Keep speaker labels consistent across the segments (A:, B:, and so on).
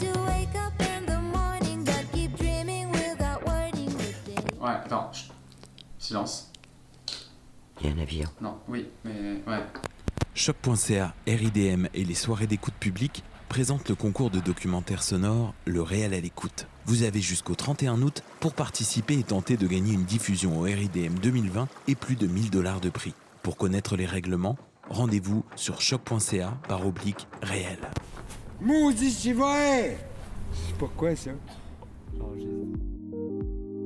A: to wake up in the morning, but keep dreaming without wording the day.
B: Ouais, attends. chut. Silence.
C: Il y a un avion.
B: Non, oui, mais ouais.
D: Choc.ca, RIDM et les soirées d'écoute publique présentent le concours de documentaire sonore Le Réel à l'écoute. Vous avez jusqu'au 31 août pour participer et tenter de gagner une diffusion au RIDM 2020 et plus de 1000 dollars de prix. Pour connaître les règlements, rendez-vous sur choc.ca par oblique réel.
E: Maudit c'est vrai! C'est pourquoi ça?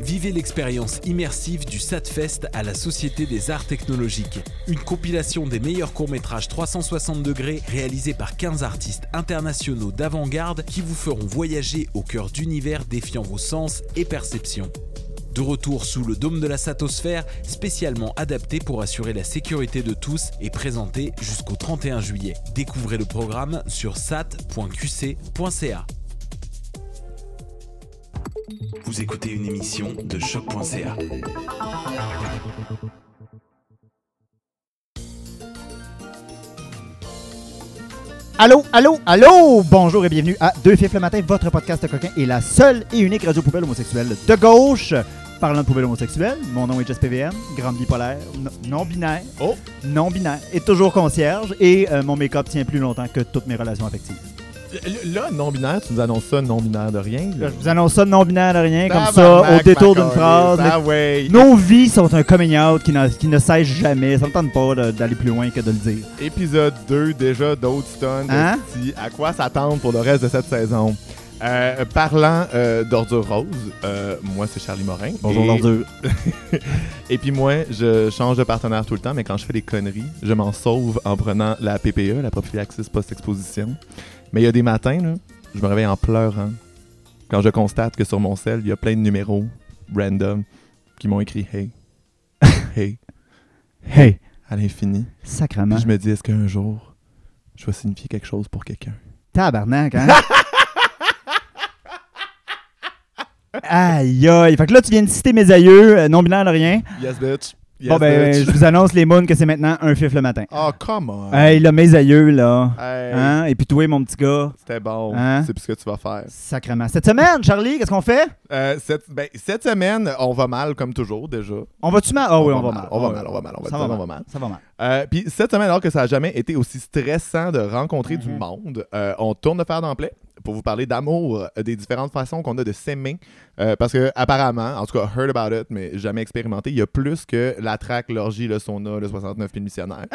D: Vivez l'expérience immersive du SATFest à la Société des Arts Technologiques. Une compilation des meilleurs courts-métrages 360 degrés réalisés par 15 artistes internationaux d'avant-garde qui vous feront voyager au cœur d'univers défiant vos sens et perceptions. De retour sous le dôme de la Satosphère, spécialement adapté pour assurer la sécurité de tous et présenté jusqu'au 31 juillet. Découvrez le programme sur sat.qc.ca. Vous écoutez une émission de choc.ca.
F: Allô, allô, allô! Bonjour et bienvenue à Deux Fifs le matin, votre podcast coquin et la seule et unique radio poubelle homosexuelle de gauche. Parlant de poubelle homosexuelle, mon nom est Jess PVM, grande bipolaire, no- non-binaire,
G: Oh!
F: non-binaire et toujours concierge et euh, mon make-up tient plus longtemps que toutes mes relations affectives.
G: Là, non-binaire, tu nous annonces ça, non-binaire de rien.
F: Là, je vous annonce ça de non-binaire de rien, comme ça, au détour d'une phrase.
G: Ah ouais.
F: Nos vies sont un coming out qui, n'a- qui ne cesse jamais. Ça me tente pas de- d'aller plus loin que de le dire.
G: Épisode 2 déjà d'Oldstone.
F: Hein?
G: À quoi s'attendre pour le reste de cette saison? Euh, parlant euh, d'ordure rose, euh, moi c'est Charlie Morin.
F: Bonjour
G: Et-
F: l'ordure.
G: Et puis moi, je change de partenaire tout le temps, mais quand je fais des conneries, je m'en sauve en prenant la PPE, la prophylaxis post-exposition. Mais il y a des matins, là, je me réveille en pleurant quand je constate que sur mon cell, il y a plein de numéros random qui m'ont écrit Hey, hey,
F: Hey,
G: à l'infini.
F: sacrement.
G: Puis je me dis, est-ce qu'un jour, je vais signifier quelque chose pour quelqu'un?
F: Tabarnak, hein? Aïe aïe. Fait que là, tu viens de citer mes aïeux, euh, non-binaire de rien.
G: Yes, bitch. Yes,
F: bon, ben,
G: bitch.
F: je vous annonce les moons que c'est maintenant un fif le matin.
G: Oh, come on.
F: Hey, là, mes aïeux, là.
G: Hey,
F: Hein? Et puis toi, mon petit gars.
G: C'était bon.
F: Hein?
G: C'est plus ce que tu vas faire.
F: Sacrement. Cette semaine, Charlie, qu'est-ce qu'on fait?
G: Euh, cette, ben, cette semaine, on va mal comme toujours déjà.
F: On va-tu mal? Ah oui, on va mal.
G: On va
F: Ah
G: mal,
F: oui.
G: on va mal, on va
F: Ça
G: dire, on va mal.
F: Ça va mal.
G: Euh, Puis cette semaine, alors que ça n'a jamais été aussi stressant de rencontrer du monde, euh, on tourne le fer d'emblée pour vous parler d'amour, euh, des différentes façons qu'on a de s'aimer. Euh, parce que apparemment, en tout cas, heard about it, mais jamais expérimenté, il y a plus que la traque, l'orgie, le sauna, le 69 puis le missionnaire.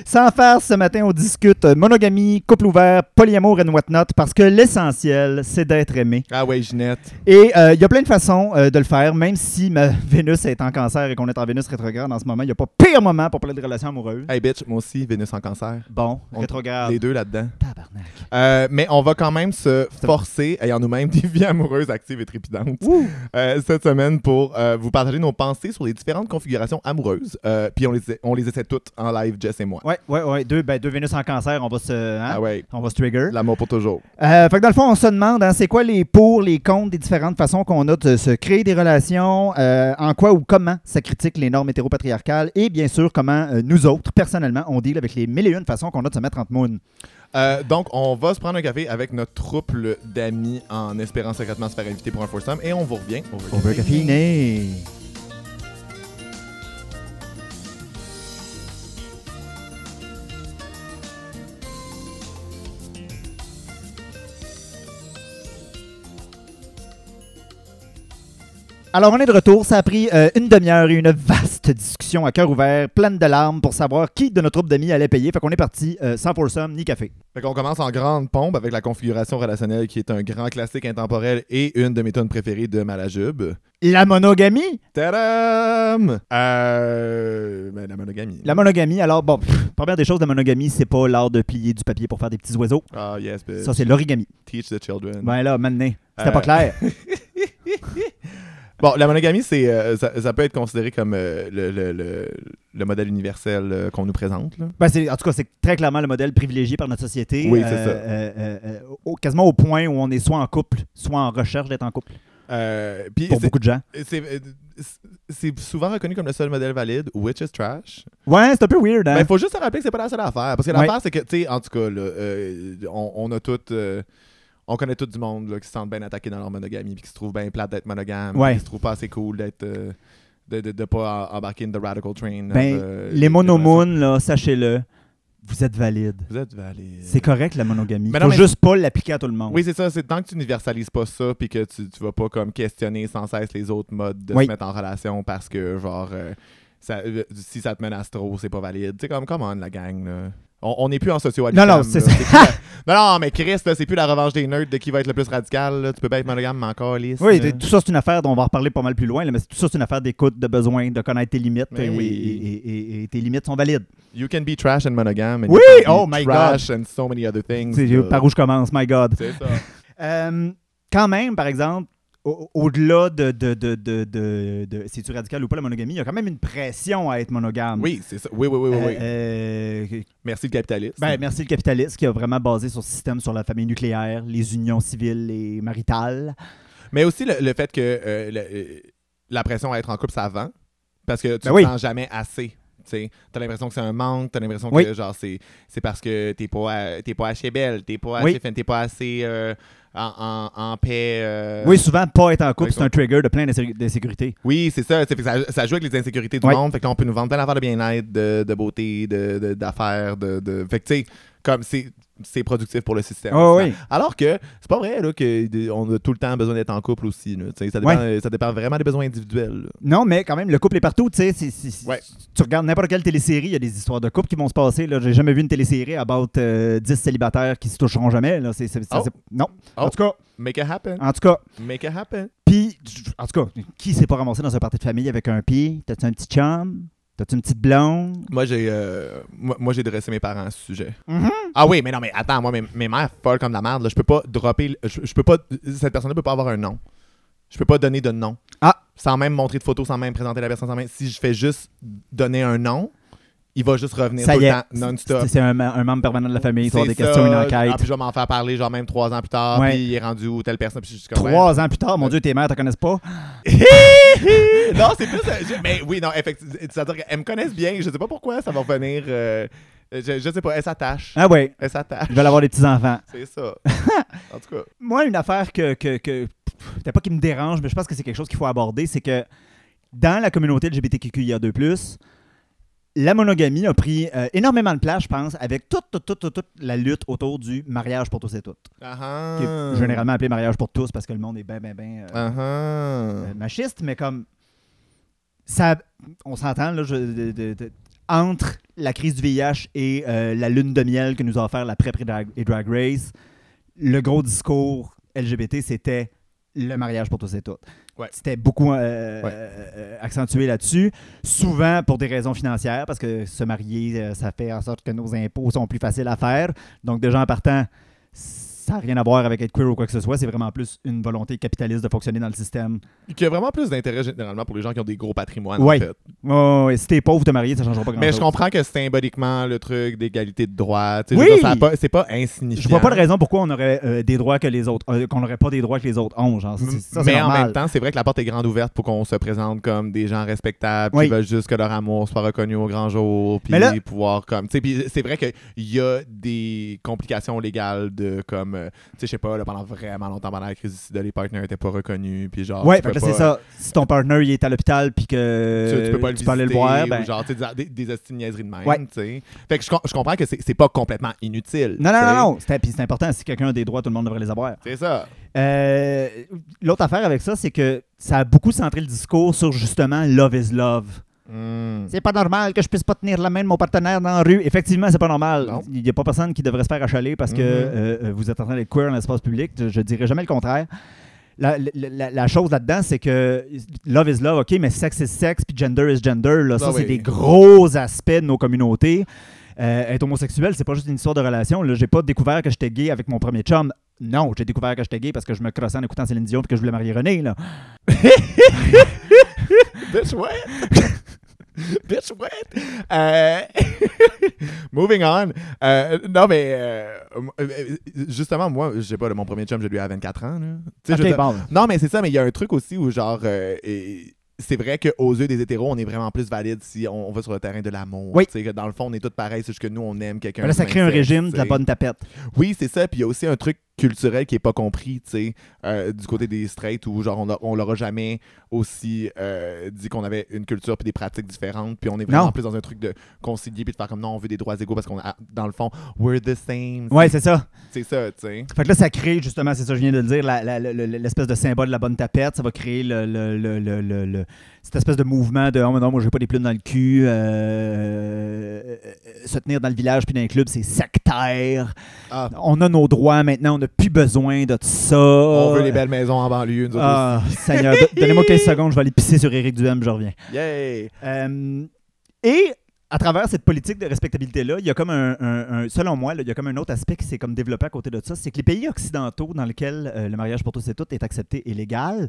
F: Sans faire ce matin, on discute monogamie, couple ouvert, polyamour and whatnot, parce que l'essentiel, c'est d'être aimé.
G: Ah ouais, Ginette.
F: Et euh, il y a plein de façons euh, de le faire, même si ma Vénus est en cancer et qu'on est en Vénus rétrograde en ce moment, il n'y a pas pire moment pour parler de relations amoureuses.
G: Mm-hmm. Hey bitch, moi aussi, Vénus en cancer.
F: Bon,
G: On-
F: rétrograde.
G: Les deux là-dedans.
F: Tabarnak.
G: Euh, mais on va quand même se forcer, ayant nous-mêmes des vies amoureuses actives et trépidantes,
F: Ouh.
G: euh, cette semaine pour euh, vous partager nos pensées sur les différentes configurations amoureuses. Euh, Puis on les, on les essaie toutes en live, Jess et moi.
F: Ouais, ouais, ouais. Deux, ben, deux Vénus en cancer, on va se, hein,
G: Ah ouais,
F: on va se trigger.
G: l'amour pour toujours.
F: Euh, fait que dans le fond, on se demande, hein, c'est quoi les pour, les contre des différentes façons qu'on a de se créer des relations, euh, en quoi ou comment ça critique les normes hétéropatriarcales et bien sûr comment euh, nous autres, personnellement, on deal avec les mille et une façons qu'on a de se mettre en moon.
G: Euh, donc, on va se prendre un café avec notre troupe d'amis en espérant secrètement se faire inviter pour un foursome et on vous revient. On vous revient.
F: Overcaféiné. Alors, on est de retour. Ça a pris euh, une demi-heure et une vaste discussion à cœur ouvert, pleine de larmes, pour savoir qui de notre troupe d'amis allait payer. Fait qu'on est parti euh, sans foursome ni café.
G: Fait qu'on commence en grande pompe avec la configuration relationnelle qui est un grand classique intemporel et une de mes tonnes préférées de Malajube.
F: La monogamie?
G: Tadam! Euh. ben, la monogamie.
F: La monogamie, alors, bon, pff, première des choses, la monogamie, c'est pas l'art de plier du papier pour faire des petits oiseaux.
G: Ah, yes, bitch.
F: Ça, c'est l'origami.
G: Teach the children.
F: Ben là, maintenant, c'était
G: Euh.
F: pas clair.
G: Bon, la monogamie, c'est, euh, ça, ça peut être considéré comme euh, le, le- le- le modèle universel euh, qu'on nous présente. là.
F: Ben, c'est- en tout cas, c'est très clairement le modèle privilégié par notre société.
G: Oui, c'est ça.
F: euh, euh, euh, au- quasiment au point où on est soit en couple, soit en recherche d'être en couple,
G: Euh, puis
F: pour
G: c'est-
F: beaucoup de gens.
G: c'est, euh, c'est souvent reconnu comme le seul modèle valide, which is trash.
F: Ouais, c'est un peu weird,
G: Mais
F: hein?
G: il Ben, faut juste se rappeler que c'est pas la seule affaire. Parce que
F: Ouais.
G: l'affaire, c'est que, tu sais, en tout cas, là, euh, on, on a toutes. euh, on connaît tout du monde là, qui se sentent bien attaqués dans leur monogamie, puis qui se trouvent bien plate d'être monogame,
F: Ouais.
G: puis qui se trouvent pas assez cool d'être. euh, de, de, de pas en- embarquer in the radical train.
F: Ben,
G: euh,
F: les
G: relations.
F: monomoons, là, sachez-le, vous êtes valide.
G: Vous êtes valide.
F: C'est correct, la monogamie.
G: Mais
F: faut
G: non, mais-
F: juste pas l'appliquer à tout le monde.
G: Oui, c'est ça. C'est tant que tu n'universalises pas ça, puis que tu, tu vas pas comme questionner sans cesse les autres modes de
F: Oui.
G: se mettre en relation parce que, genre, euh, ça- euh, si ça te menace trop, c'est pas valide. Tu sais, comme, come on, la gang, là. On on n'est plus en socio
F: Non, non, c'est ça.
G: Non, non, mais Chris, là, c'est plus la revanche des nerds de qui va être le plus radical. là. Tu peux bien être monogame, mais encore lisse.
F: Oui,
G: là.
F: t- tout ça, c'est une affaire dont on va en reparler pas mal plus loin, là, mais c'est- tout ça, c'est une affaire d'écoute, de besoin, de connaître tes limites.
G: Ben
F: et,
G: oui.
F: et- et- et- et tes limites sont valides.
G: You can be trash and monogame. and
F: Oui!
G: you can be
F: Oh my
G: trash and so many other things.
F: C'est
G: là.
F: par où je commence, my God.
G: C'est ça.
F: Euh, quand même, par exemple, au- au-delà de, de, de, de, de, de- si tu radical ou pas la monogamie, il y a quand même une pression à être monogame.
G: Oui, c'est ça. Oui, oui, oui, oui. oui.
F: Euh, euh,
G: Merci le capitalisme.
F: ben, merci le capitalisme qui a vraiment basé son système sur la famille nucléaire, les unions civiles et maritales.
G: Mais aussi le, le fait que euh, le- euh, la pression à être en couple, ça vend. Parce que tu
F: Ben
G: ne
F: oui.
G: sens jamais assez. Tu as l'impression que c'est un manque, tu as l'impression
F: Oui.
G: que genre c'est c'est parce que tu pas, à- t'es pas assez belle, tu pas,
F: Oui.
G: assez fine, t'es pas assez euh, en, en- en paix. euh.
F: oui, souvent, pas être en couple,
G: avec
F: c'est un trigger de plein d'insé- d'insécurité.
G: Oui, c'est ça. c'est fait que ça. Ça joue avec les insécurités du
F: Oui.
G: monde. Fait que là, on peut nous vendre plein d'affaires de bien-être, de, de beauté, de- de- d'affaires. De, de, Fait que tu sais, comme c'est c'est productif pour le système.
F: Ah oui.
G: Alors que c'est pas vrai là, que de- on a tout le temps besoin d'être en couple aussi. là. Tu sais, Ça, dépend,
F: Ouais.
G: euh, ça dépend vraiment des besoins individuels. là.
F: Non, mais quand même, le couple est partout. Tu sais, c'est- c'est- c'est-
G: Ouais.
F: tu regardes n'importe quelle télésérie, il y a des histoires de couple qui vont se passer. Là, j'ai jamais vu une télésérie about euh, 10 célibataires qui se toucheront jamais. Là, c'est, c'est- ça,
G: Oh.
F: c'est- non. En
G: Oh.
F: tout cas,
G: Make it happen.
F: en tout cas,
G: Make it happen.
F: puis, en tout cas, qui s'est pas ramassé dans un party de famille avec un pied T'as-tu un petit chum T'as-tu une petite blonde
G: Moi, j'ai euh, moi, moi, j'ai dressé mes parents à ce sujet.
F: Mhm.
G: Ah oui, mais non, mais attends, moi, mes, mes mères folles comme de la merde, là, je peux pas dropper. le- Je, je peux pas. Cette personne-là peut pas avoir un nom. Je peux pas donner de nom.
F: Ah.
G: Sans même montrer de photo, sans même présenter la personne, sans même. Si je fais juste donner un nom, il va juste revenir
F: Ça
G: tout
F: y
G: le
F: est.
G: temps, non-stop.
F: C'est, c'est un, ma- un membre permanent de la famille, tu vas avoir des
G: C'est
F: questions, une
G: ça.
F: enquête.
G: Ah, puis je vais m'en faire parler, genre même trois ans plus tard,
F: Ouais.
G: puis il est rendu où telle personne, puis je suis comme. ouais,
F: Trois ans plus tard, mon Dieu, tes mères, te connaissent pas.
G: non, c'est plus. euh, je- mais oui, non, effectivement. C'est-à-dire qu'elles me connaissent bien. Je sais pas pourquoi ça va revenir. euh, je, je sais pas. Elles s'attachent.
F: Ah ouais,
G: Elles s'attachent.
F: ils veulent avoir des petits-enfants.
G: C'est ça. en tout cas.
F: Moi, une affaire que, que, que pff, peut-être pas qui me dérange, mais je pense que c'est quelque chose qu'il faut aborder, c'est que dans la communauté LGBTQIA2+, la monogamie a pris euh, énormément de place, je pense, avec toute, toute, toute, toute, toute la lutte autour du mariage pour tous et toutes,
G: Ah
F: qui est généralement appelé mariage pour tous parce que le monde est ben, bien, bien, bien
G: Ah Uh-huh.
F: euh, machiste, mais comme ça, on s'entend là, je- de- de- de- entre la crise du VIH et euh, la lune de miel que nous a offert la PrEP et Drag, et Drag Race, le gros discours LGBT, c'était le mariage pour tous et toutes.
G: Ouais.
F: C'était beaucoup euh,
G: Ouais.
F: euh, accentué là-dessus, souvent pour des raisons financières, parce que se marier, euh, ça fait en sorte que nos impôts sont plus faciles à faire. Donc déjà en partant, ça n'a rien à voir avec être queer ou quoi que ce soit, c'est vraiment plus une volonté capitaliste de fonctionner dans le système
G: Qui a vraiment plus d'intérêt généralement pour les gens qui ont des gros patrimoines.
F: Ouais. Ah,
G: En fait.
F: Oh, si t'es pauvre, t'es marié, ça changera pas grand-chose.
G: Mais je comprends que symboliquement, le truc d'égalité de droit, tu sais,
F: Oui!
G: je veux dire, ça a pas- c'est pas insignifiant.
F: Je vois pas de raison pourquoi on aurait euh, des droits que les autres, euh, qu'on aurait pas des droits que les autres ont. Genre, ça, c'est- ça, c'est
G: mais en
F: normal.
G: même temps, c'est vrai que la porte est grande ouverte pour qu'on se présente comme des gens respectables
F: Oui.
G: qui veulent juste que leur amour soit reconnu au grand jour, puis
F: Mais là-
G: pouvoir comme, tu sais, puis c'est vrai qu'il y a des complications légales de comme comme, euh, tu sais, je sais pas, là, pendant vraiment longtemps, pendant la crise ici, les partenaires étaient pas reconnus, puis genre.
F: ouais,
G: tu
F: fait que
G: peux
F: là, c'est
G: pas-
F: ça. Si ton partner il est à l'hôpital puis que
G: tu, tu peux pas le
F: tu peux aller le
G: visiter,
F: voir,
G: ou
F: ben.
G: genre, tu sais, des, des, des hosties de niaiseries de même,
F: Ouais.
G: tu sais. Fait que je, com- je comprends que c'est c'est pas complètement inutile.
F: Non,
G: tu
F: non,
G: sais.
F: non, non. C'est puis c'est important. Si quelqu'un a des droits, tout le monde devrait les avoir.
G: C'est ça.
F: Euh, L'autre affaire avec ça, c'est que ça a beaucoup centré le discours sur justement love is love.
G: Hmm.
F: C'est pas normal que je puisse pas tenir la main de mon partenaire dans la rue. Effectivement, c'est pas normal.
G: Non.
F: Il y a pas personne qui devrait se faire achaler parce que
G: Mhm.
F: euh, euh, vous êtes en train d'être queer dans l'espace public. Je, je dirais jamais le contraire. La, la- la- la chose là-dedans, c'est que love is love, OK, mais sex is sex, puis gender is gender. Là, ça,
G: Ah
F: c'est
G: oui.
F: des gros aspects de nos communautés. Euh, être homosexuel, c'est pas juste une histoire de relation. Là, j'ai pas découvert que j'étais gay avec mon premier chum. Non, j'ai découvert que j'étais gay parce que je me crossais en écoutant Céline Dion et que je voulais marier René. Là.
G: Bitch, what? Bitch, what? Euh, Moving on. Euh, non, mais euh, euh, justement, moi, je sais pas, mon premier chum, je l'ai eu à 24 ans. là. Tu sais, je veux
F: Ok,
G: dire-
F: bon.
G: Non, mais c'est ça, mais il y a un truc aussi où, genre, euh, et- c'est vrai qu'aux yeux des hétéros, on est vraiment plus valide si on, on va sur le terrain de l'amour.
F: Oui.
G: Tu sais, que Dans le fond, on est tous pareils, c'est juste que nous, on aime quelqu'un.
F: Mais Là, ça
G: du
F: crée un
G: même sexe,
F: régime de la
G: tu sais.
F: bonne tapette.
G: Oui, c'est ça. Puis il y a aussi un truc culturel qui est pas compris, tu sais, euh, du côté des straights où genre on, a- on leur a jamais aussi euh, dit qu'on avait une culture puis des pratiques différentes. Puis on est vraiment
F: Non.
G: plus dans un truc de concilier puis de faire comme non, on veut des droits égaux parce qu'on a dans le fond we're the same.
F: Ouais, c'est ça.
G: C'est ça, tu sais.
F: Fait que là, ça crée justement, c'est ça que je viens de le dire, la- la- le- le- l'espèce de symbole de la bonne tapette. Ça va créer le, le- le- le- le- le- cette espèce de mouvement de oh, mais non, moi, j'ai pas des plumes dans le cul. euh, euh, se tenir dans le village puis dans les clubs, c'est sectaire.
G: Ah.
F: On a nos droits maintenant, on n'a plus besoin de ça.
G: On veut les belles maisons en banlieue, nous autres
F: Ah, Seigneur, don- donnez-moi 15 secondes, je vais aller pisser sur Éric Duhem, puis je reviens.
G: aussi. Yay!
F: Euh, et à travers cette politique de respectabilité-là, il y a comme un, un- un- selon moi, là, il y a comme un autre aspect qui s'est comme développé à côté de ça, c'est que les pays occidentaux dans lesquels euh, le mariage pour tous et toutes est accepté et légal,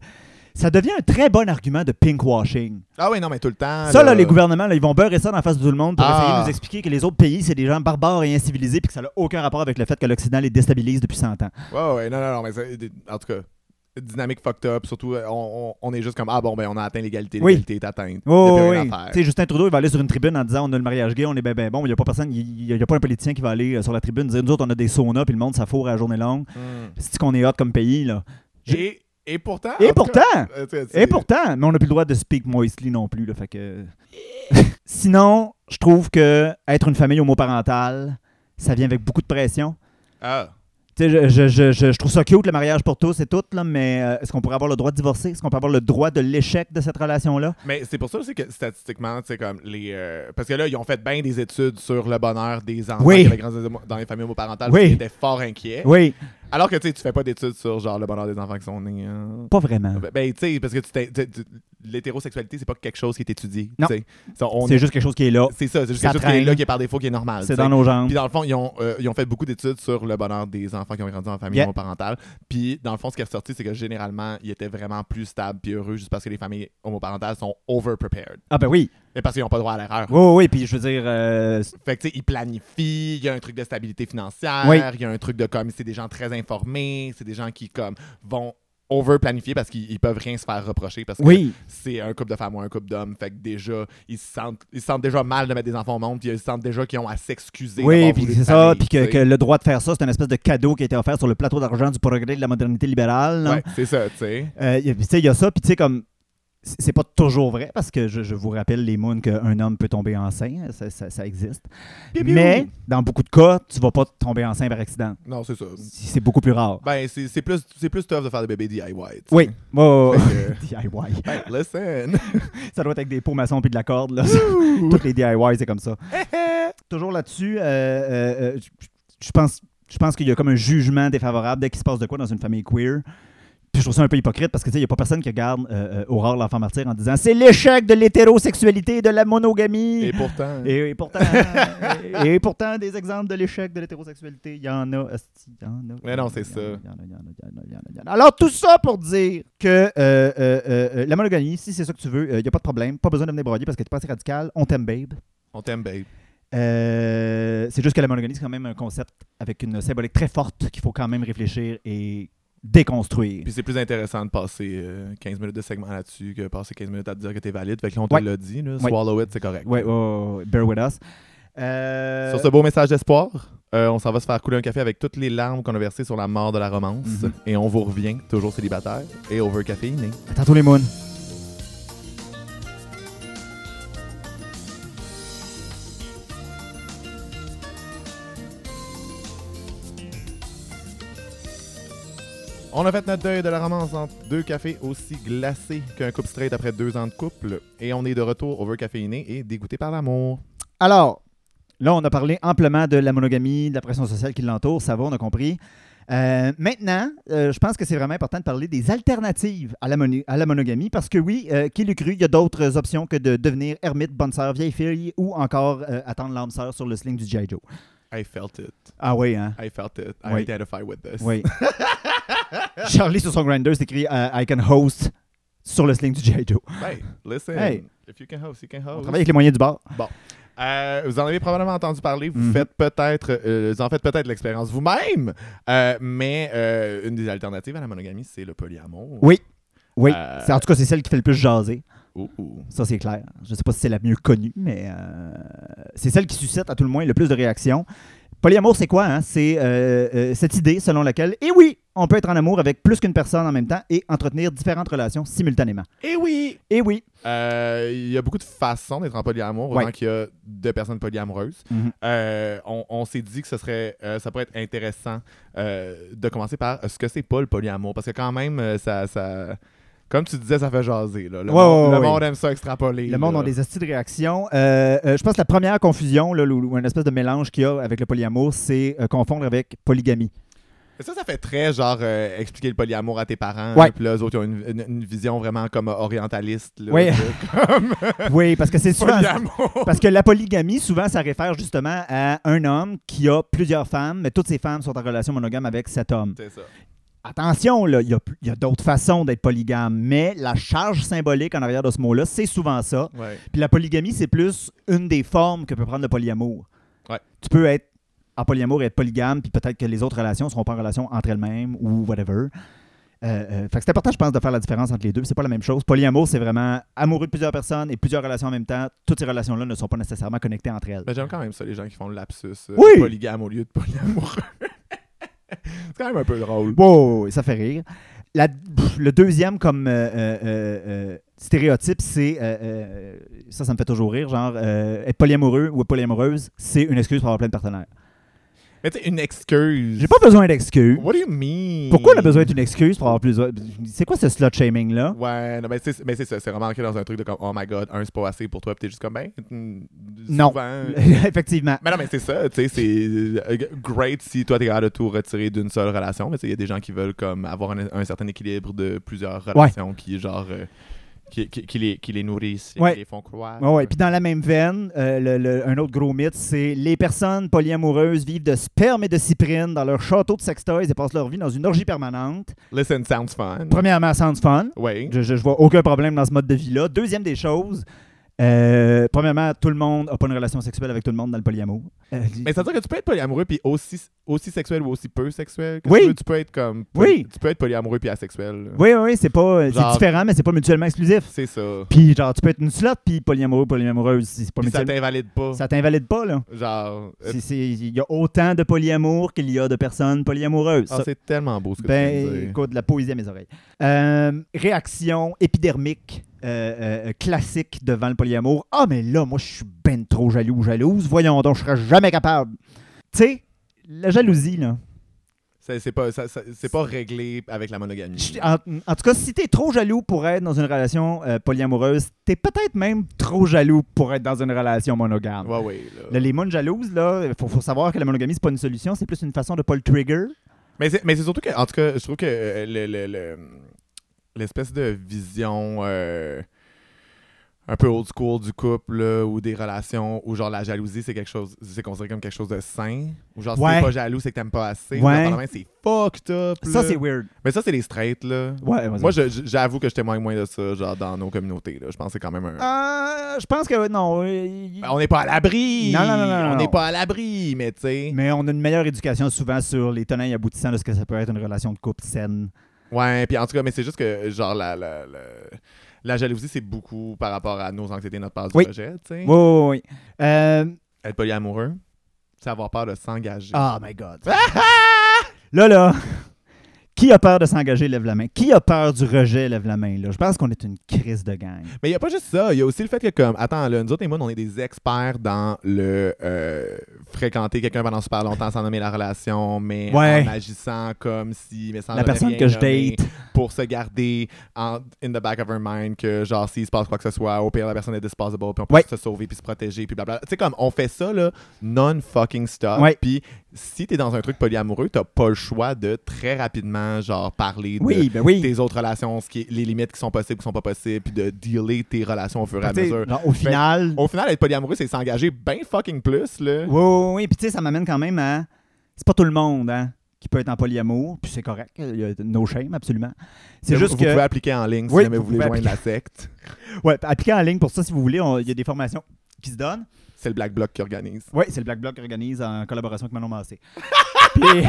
F: ça devient un très bon argument de pinkwashing.
G: Ah oui, non, mais tout le temps.
F: Ça, là, les gouvernements, là, ils vont beurrer ça dans la face de tout le monde pour
G: Ah.
F: essayer de nous expliquer que les autres pays, c'est des gens barbares et incivilisés, puis que ça n'a aucun rapport avec le fait que l'Occident les déstabilise depuis 100 ans.
G: Ouais, ouais, non, non, non, mais c'est- en tout cas, dynamique fucked up. Surtout, euh, on, on- on est juste comme ah bon, ben on a atteint l'égalité,
F: Oui.
G: l'égalité est atteinte. Il y a
F: Oh,
G: plus
F: oui.
G: rien à faire.
F: Tu sais, Justin Trudeau, il va aller sur une tribune en disant on a le mariage gay, on est ben, ben bon. Il n'y a pas personne, il n'y a, pas un politicien qui va aller euh, sur la tribune dire nous autres, on a des saunas, puis le monde, ça fourre à la journée longue.
G: Hmm.
F: C'est qu'on est hot comme pays, là. Je-
G: Et, et pourtant. en
F: Et
G: tout
F: pourtant,
G: cas, euh, tu sais, c'est-
F: et pourtant, mais on n'a plus le droit de speak moistly non plus, là. Fait que. Sinon, je trouve que être une famille homoparentale, ça vient avec beaucoup de pression.
G: Ah.
F: Tu sais, je, je- je- je- je trouve ça cute, le mariage pour tous et toutes, là, mais euh, est-ce qu'on pourrait avoir le droit de divorcer? Est-ce qu'on peut avoir le droit de l'échec de cette relation-là?
G: Mais c'est pour ça aussi que statistiquement, tu sais, comme les. euh, parce que là, ils ont fait bien des études sur le bonheur des enfants
F: Oui.
G: qui avaient grandi dans les familles homoparentales.
F: Oui.
G: parce qu'ils étaient fort inquiets.
F: Oui,
G: Alors que tu sais, tu fais pas d'études sur genre le bonheur des enfants qui sont nés. hein.
F: pas vraiment.
G: Ben, Ben, tu sais, parce que tu t'in- tu- tu- l'hétérosexualité, c'est pas quelque chose qui est étudié.
F: Non.
G: tu sais. Ça, on-
F: C'est juste quelque chose qui est là.
G: C'est ça, c'est juste
F: Ça
G: quelque chose qui est
F: traîne.
G: là, qui est par défaut, qui est normal.
F: C'est
G: tu sais.
F: dans nos jambes.
G: Puis dans le fond, ils ont, euh, ils ont fait beaucoup d'études sur le bonheur des enfants qui ont grandi en famille
F: Yeah.
G: homoparentale. Puis dans le fond, ce qui est ressorti, c'est que généralement, ils étaient vraiment plus stables puis heureux juste parce que les familles homoparentales sont over-prepared.
F: Ah ben oui.
G: Et parce qu'ils n'ont pas droit à l'erreur.
F: Oui, oui, oui. Puis je veux dire, euh,
G: Fait que tu sais, ils planifient, il y a un truc de stabilité financière,
F: Oui.
G: il y a un truc de comme, c'est des gens très informés, c'est des gens qui comme vont over-planifier parce qu'ils ils peuvent rien se faire reprocher parce que
F: oui.
G: c'est un couple de femmes ou un couple d'hommes. Fait que déjà, ils se sentent, ils se sentent déjà mal de mettre des enfants au monde, puis ils se sentent déjà qu'ils ont à s'excuser.
F: Oui,
G: d'avoir
F: puis
G: voulu
F: c'est
G: une
F: ça,
G: famille,
F: puis que,
G: tu sais.
F: que le droit de faire ça, c'est un espèce de cadeau qui a été offert sur le plateau d'argent du progrès de la modernité libérale. là.
G: Ouais, c'est ça, tu sais.
F: Euh, y a- puis tu sais, il y a ça, puis tu sais, comme. c- C'est pas toujours vrai, parce que je, je vous rappelle les moons qu'un homme peut tomber enceint, ça, ça- ça existe. Mais dans beaucoup de cas, tu vas pas tomber enceint par accident.
G: Non, c'est ça.
F: Si- C'est beaucoup plus rare.
G: Ben, c'est c'est plus, c'est plus tough de faire des bébés DIY. tu sais.
F: Oui. Oh,
G: Fait
F: DIY.
G: que, ben, listen.
F: Ça doit être avec des pots maçons puis de la corde. Là. Toutes les DIY, c'est comme ça. Toujours là-dessus, euh, euh, euh, j- j- je pense, je pense qu'il y a comme un jugement défavorable dès qu'il se passe de quoi dans une famille queer. Puis je trouve ça un peu hypocrite parce que tu sais, il n'y a pas personne qui regarde euh, euh, Aurore l'enfant martyr en disant c'est l'échec de l'hétérosexualité et de la monogamie.
G: Et pourtant.
F: Et, et pourtant, et, pourtant, des exemples de l'échec de l'hétérosexualité, il y en a. asti, Il y en a.
G: Mais non, c'est ça.
F: Il y en a, il y en a, il y en a, il y en a, il y en a. Alors, tout ça pour dire que euh, euh, euh, euh, la monogamie, si c'est ça que tu veux, il n'y a pas de problème. Pas besoin de venir broyer parce que t'es pas assez radical. On t'aime, babe.
G: On t'aime, babe.
F: Euh, c'est juste que la monogamie, c'est quand même un concept avec une symbolique très forte qu'il faut quand même réfléchir et déconstruire.
G: Puis c'est plus intéressant de passer euh, 15 minutes de segment là-dessus que passer 15 minutes à te dire que t'es valide. Fait que là, on te
F: Ouais.
G: l'a dit. là,
F: Ouais.
G: Swallow it, c'est correct.
F: Ouais, ouais, ouais, ouais, bear with us. Euh,
G: Sur ce beau message d'espoir, euh, on s'en va se faire couler un café avec toutes les larmes qu'on a versées sur la mort de la romance.
F: Mhm.
G: Et on vous revient, toujours célibataire et overcaféiné.
F: à tantôt les moons.
G: On a fait notre deuil de la romance entre deux cafés aussi glacés qu'un couple straight après deux ans de couple. Et on est de retour overcaféiné et dégoûté par l'amour.
F: Alors, là, on a parlé amplement de la monogamie, de la pression sociale qui l'entoure. Ça va, on a compris. Euh, maintenant, euh, je pense que c'est vraiment important de parler des alternatives à la, mono- à la monogamie parce que oui, euh, qui l'eût cru, il y a d'autres options que de devenir ermite, bonne sœur, vieille fille ou encore euh, attendre l'âme sœur sur le sling du G.I. Joe.
G: I felt it.
F: Ah oui, hein?
G: I felt it.
F: I Oui.
G: identify with this.
F: Oui. Charlie sur son grinder, c'est écrit euh, I can host sur le sling du G.I. Joe.
G: Hey, listen.
F: Hey.
G: If you can host, you can
F: On
G: host.
F: travaille avec les moyens du bord.
G: Euh, vous en avez probablement entendu parler. Vous
F: Mhm.
G: faites peut-être, euh, vous en faites peut-être l'expérience vous-même. Euh, mais euh, une des alternatives à la monogamie, c'est le polyamour.
F: Oui. Oui.
G: Euh,
F: C'est- En tout cas, c'est celle qui fait le plus jaser.
G: Ouh, ouh.
F: Ça, c'est clair. Je ne sais pas si c'est la mieux connue, mais euh, c'est celle qui suscite à tout le moins le plus de réactions. Polyamour, c'est quoi? hein? C'est euh, euh, cette idée selon laquelle, eh oui, on peut être en amour avec plus qu'une personne en même temps et entretenir différentes relations simultanément.
G: Eh oui!
F: Eh oui.
G: Euh, Il y a beaucoup de façons d'être en polyamour, autant
F: Ouais.
G: qu'il y a de personnes polyamoureuses.
F: Mhm.
G: Euh, on on s'est dit que ce serait, euh, ça pourrait être intéressant euh, de commencer par ce que c'est pas le polyamour, parce que quand même, euh, ça, ça- comme tu disais, ça fait jaser. là. Le,
F: Ouais,
G: monde,
F: ouais,
G: le
F: ouais.
G: monde aime ça extrapoler.
F: Le monde
G: là.
F: a des astuces de réaction. Euh, euh, je pense que la première confusion, là, ou ou une espèce de mélange qu'il y a avec le polyamour, c'est euh, confondre avec polygamie.
G: Et Ça, ça fait très genre euh, expliquer le polyamour à tes parents.
F: Ouais.
G: Puis là, eux autres, ils ont une, une- une vision vraiment comme orientaliste. Là,
F: Ouais.
G: de- comme
F: Oui, parce que c'est souvent...
G: polyamour.
F: Parce que la polygamie, souvent, ça réfère justement à un homme qui a plusieurs femmes, mais toutes ces femmes sont en relation monogame avec cet homme.
G: C'est ça.
F: Attention, là, il y a, plus- il y a d'autres façons d'être polygame, mais la charge symbolique en arrière de ce mot-là, c'est souvent ça.
G: Ouais.
F: Puis la polygamie, c'est plus une des formes que peut prendre le polyamour.
G: Ouais.
F: Tu peux être en polyamour et être polygame, puis peut-être que les autres relations ne seront pas en relation entre elles-mêmes ou whatever. Euh, euh, fait que c'est important, je pense, de faire la différence entre les deux. C'est pas la même chose. Polyamour, c'est vraiment amoureux de plusieurs personnes et plusieurs relations en même temps. Toutes ces relations-là ne sont pas nécessairement connectées entre elles.
G: Mais Ben, j'aime quand même ça, les gens qui font le lapsus. euh,
F: Oui.
G: Polygame au lieu de polyamour. c'est quand même un peu drôle.
F: Wow, ça fait rire. La- pff, le deuxième comme euh, euh, euh, euh, stéréotype, c'est euh, euh, ça, ça me fait toujours rire, genre euh, être polyamoureux ou polyamoureuse, c'est une excuse pour avoir plein de partenaires.
G: Mais tu sais, une excuse.
F: J'ai pas besoin d'excuses.
G: What do you mean?
F: Pourquoi on a besoin d'une excuse pour avoir plusieurs. C'est quoi ce slut shaming là?
G: Ouais, non, mais c'est mais c'est ça. C'est vraiment ancré dans un truc de comme, oh my god, un c'est pas assez pour toi. Puis t'es juste comme, ben. hmm,
F: Non.
G: souvent-
F: Effectivement.
G: Mais non, mais c'est ça, tu sais, c'est euh, great si toi t'es capable de tout retirer d'une seule relation, mais tu sais, il y a des gens qui veulent comme avoir un, un certain équilibre de plusieurs relations qui genre euh, qui, qui- qui les, qui les nourrissent et
F: Ouais.
G: qui les font croire.
F: Ouais, ouais. Puis dans la même veine, euh, le- le- un autre gros mythe, c'est les personnes polyamoureuses vivent de sperme et de cyprine dans leur château de sextoys et passent leur vie dans une orgie permanente.
G: Listen, sounds fun.
F: Premièrement, sounds fun.
G: Ouais.
F: Je, je, je vois aucun problème dans ce mode de vie-là. Deuxième des choses, euh, premièrement, tout le monde n'a pas une relation sexuelle avec tout le monde dans le polyamour. Euh,
G: Mais ça veut dire que tu peux être polyamoureux puis aussi, aussi sexuel ou aussi peu sexuel. que
F: Oui.
G: Tu, veux. Tu peux être comme. poly-
F: Oui.
G: Tu peux être polyamoureux puis asexuel. là.
F: oui, oui, oui, c'est pas, euh, c'est
G: Genre-
F: différent, mais c'est pas mutuellement exclusif.
G: C'est ça.
F: Puis genre, tu peux être une slotte, puis polyamoureux, polyamoureuse, c'est pas
G: Puis ça
F: mutuellement.
G: t'invalide pas.
F: Ça t'invalide pas, là.
G: Genre. euh,
F: C'est- c'est- Il y a autant de polyamour qu'il y a de personnes polyamoureuses.
G: ah,
F: Ça-
G: c'est tellement beau ce que tu viens de
F: ben,
G: dire.
F: écoute, de la poésie à mes oreilles. Euh, réaction épidermique euh, euh, classique devant le polyamour. Ah, mais là, moi, je suis ben trop jaloux ou jalouse. Voyons donc, je serais jamais capable. Tu sais, la jalousie, là.
G: C'est c'est pas, ça- ça- c'est pas réglé avec la monogamie.
F: Je- En, en tout cas, si t'es trop jaloux pour être dans une relation euh, polyamoureuse, t'es peut-être même trop jaloux pour être dans une relation monogame.
G: Ouais, ouais. là.
F: Là, les mônes jalouses, là, faut, faut savoir que la monogamie, c'est pas une solution, c'est plus une façon de pas le trigger.
G: Mais c'est, mais c'est surtout que, en tout cas, je trouve que euh, le- le- le- l'espèce de vision euh, un peu old school du couple là, ou des relations où genre la jalousie c'est quelque chose c'est considéré comme quelque chose de sain ou genre si
F: Ouais.
G: t'es pas jaloux c'est que t'aimes pas assez ou
F: Ouais.
G: dans le même, c'est fucked up
F: Ça,
G: là.
F: c'est weird.
G: mais ça c'est les straights là
F: Ouais,
G: moi je- je- j'avoue que je témoigne moins de ça genre dans nos communautés là. je pense que c'est quand même un
F: Euh, je pense que euh, non. euh, y-
G: Ben, on n'est pas à l'abri
F: Non, non, non, non,
G: on
F: non.
G: n'est pas à l'abri mais tu sais
F: Mais on a une meilleure éducation souvent sur les tenants et aboutissants de ce que ça peut être une relation de couple saine.
G: Ouais, puis en tout cas, mais c'est juste que, genre, la, la, la, la jalousie, c'est beaucoup par rapport à nos anxiétés, notre part du
F: Oui.
G: projet, tu sais.
F: Oui, oui, oui. Euh,
G: Être polyamoureux, c'est avoir peur de s'engager.
F: Oh my God. là, là, qui a peur de s'engager, lève la main. Qui a peur du rejet, lève la main. Là. Je pense qu'on est une crise de gang.
G: Mais il n'y a pas juste ça. Il y a aussi le fait que, comme, attends, là, nous autres, et moi, on est des experts dans le euh, fréquenter quelqu'un pendant super longtemps sans nommer la relation, mais
F: Ouais.
G: en agissant comme si. Mais sans
F: La
G: jamais
F: personne
G: rien
F: que je
G: nommer,
F: date.
G: Pour se garder en, in the back of her mind que, genre, s'il se passe quoi que ce soit, au pire, la personne est disposable, puis on peut
F: Ouais.
G: se sauver, puis se protéger, puis blablabla. Tu sais, comme, on fait ça, là, non-fucking stop.
F: Ouais.
G: Puis si t'es dans un truc polyamoureux, t'as pas le choix de très rapidement, genre, parler de
F: Oui, ben oui.
G: tes autres relations, ce qui est- les limites qui sont possibles, qui sont pas possibles, puis de dealer tes relations au fur et à
F: Tu sais,
G: mesure. Ben,
F: non, au final,
G: Au final, être polyamoureux, c'est s'engager bien fucking plus, là.
F: Oui, oui, oui. Puis tu sais, ça m'amène quand même à. C'est pas tout le monde hein, qui peut être en polyamour, puis c'est correct. Il y a no shame, absolument. C'est
G: Vous-
F: juste
G: vous
F: que.
G: pouvez appliquer en ligne si
F: Oui,
G: jamais vous
F: vous
G: voulez
F: pouvez
G: joindre la secte.
F: Ouais, appliquer en ligne pour ça si vous voulez. on- Il y a des formations qui se donnent.
G: C'est le Black Bloc qui organise.
F: Oui, c'est le Black Bloc qui organise en collaboration avec Manon Massé. Puis,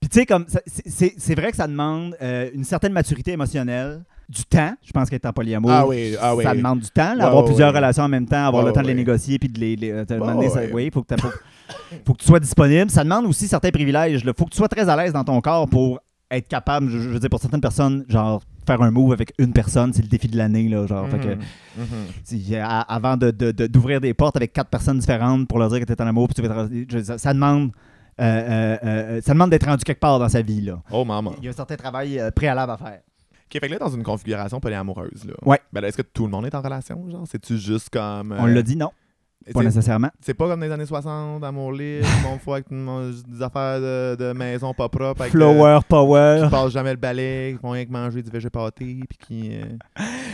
F: puis tu sais, comme ça- c'est- c'est c'est vrai que ça demande euh, une certaine maturité émotionnelle, du temps. Je pense qu'être en polyamour,
G: Ah oui, ah oui.
F: ça demande du temps. là,
G: Ouais,
F: avoir
G: ouais,
F: plusieurs
G: ouais.
F: relations en même temps, avoir
G: Ouais,
F: le temps de
G: ouais,
F: les
G: ouais.
F: négocier, puis de les... les- euh, te demander ça-
G: ouais.
F: oui, faut que, t'as- faut, faut que tu sois disponible. Ça demande aussi certains privilèges. Il faut que tu sois très à l'aise dans ton corps pour être capable, je, je veux dire, pour certaines personnes, genre faire un move avec une personne, c'est le défi de l'année. là, genre, fait que-
G: Mhm. Mhm.
F: si, à- avant de- de- de- d'ouvrir des portes avec quatre personnes différentes pour leur dire que tu es en amour, puis tu veux te- je- ça, ça demande, euh, euh, euh, ça demande d'être rendu quelque part dans sa vie. Là.
G: Oh, maman.
F: Il y a un certain travail euh, préalable à faire.
G: OK, fait que là, dans une configuration polyamoureuse, là.
F: Ouais.
G: Ben là, est-ce que tout le monde est en relation, genre? C'est-tu juste comme... euh,
F: On l'a dit, non,
G: tu
F: pas
G: sais,
F: nécessairement.
G: C'est pas comme dans les années 60, amour libre, mon foie, avec tout le monde, des affaires de, de maison pas propre. avec, euh,
F: Flower
G: qui
F: power.
G: passent jamais le balai, qui font rien que manger du végé pâté, puis qui... euh,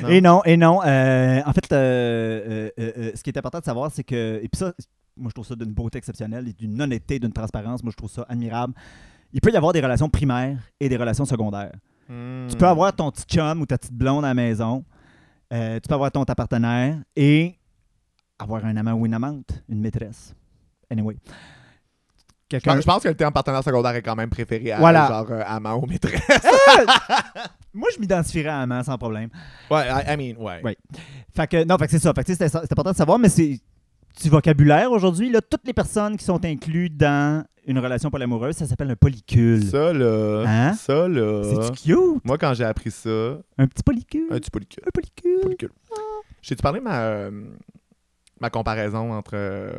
G: non.
F: Et non, et non. euh, en fait, euh, euh, euh, euh, ce qui est important de savoir, c'est que. Et puis ça, moi, je trouve ça d'une beauté exceptionnelle et d'une honnêteté, d'une transparence. Moi, je trouve ça admirable. Il peut y avoir des relations primaires et des relations secondaires.
G: Hmm.
F: Tu peux avoir ton petit chum ou ta petite blonde à la maison. Euh, tu peux avoir ton ta partenaire et avoir un amant ou une amante, une maîtresse. Anyway.
G: Je pense-
F: Quelqu'un.
G: Ben, je pense que le terme partenaire secondaire est quand même préféré à
F: Voilà.
G: genre euh, amant ou maîtresse.
F: Moi, je m'identifierais à amant sans problème.
G: Ouais, I, I mean, ouais.
F: Ouais. Fait que, non, fait que c'est ça. Fait que, tu sais, c'est c'est important de savoir, mais c'est du vocabulaire aujourd'hui. Là, toutes les personnes qui sont incluses dans une relation polyamoureuse, ça s'appelle un polycule.
G: Ça, là,
F: Hein?
G: ça, là,
F: C'est cute,
G: moi, quand j'ai appris ça,
F: un petit polycule.
G: un petit polycule,
F: Un polycule.
G: polycule. J'ai-tu parlé de ma, euh, ma comparaison entre euh,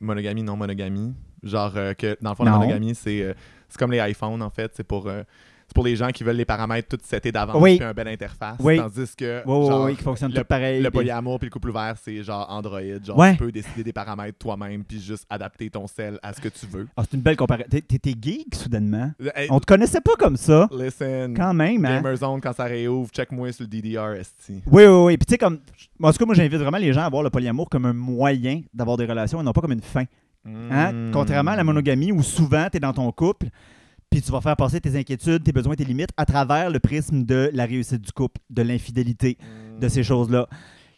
G: monogamie et non-monogamie? Genre euh, que, dans le fond, la
F: Non.
G: monogamie, c'est euh, c'est comme les iPhones, en fait, c'est pour... euh, c'est pour les gens qui veulent les paramètres tout setés d'avance
F: Oui.
G: puis un bel interface.
F: Oui.
G: Tandis que
F: Ouais, ouais,
G: genre,
F: ouais, qui fonctionne
G: le-
F: tout pareil.
G: Le
F: Des-
G: polyamour puis le couple ouvert, c'est genre Android. Genre,
F: Ouais.
G: tu peux décider des paramètres toi-même puis juste adapter ton sel à ce que tu veux.
F: Ah, c'est une belle comparaison. T'es t'es geek, soudainement.
G: Hey,
F: On te connaissait pas comme ça.
G: listen,
F: Quand même, hein?
G: Gamerzone, quand ça réouvre, check-moi sur le DDR ST.
F: Oui, oui, oui. Puis tu sais, comme. En tout cas, moi, j'invite vraiment les gens à voir le polyamour comme un moyen d'avoir des relations et non pas comme une fin. hein?
G: Mm.
F: Contrairement à la monogamie où souvent, tu es dans ton couple, puis tu vas faire passer tes inquiétudes, tes besoins, tes limites à travers le prisme de la réussite du couple, de l'infidélité, de ces choses-là.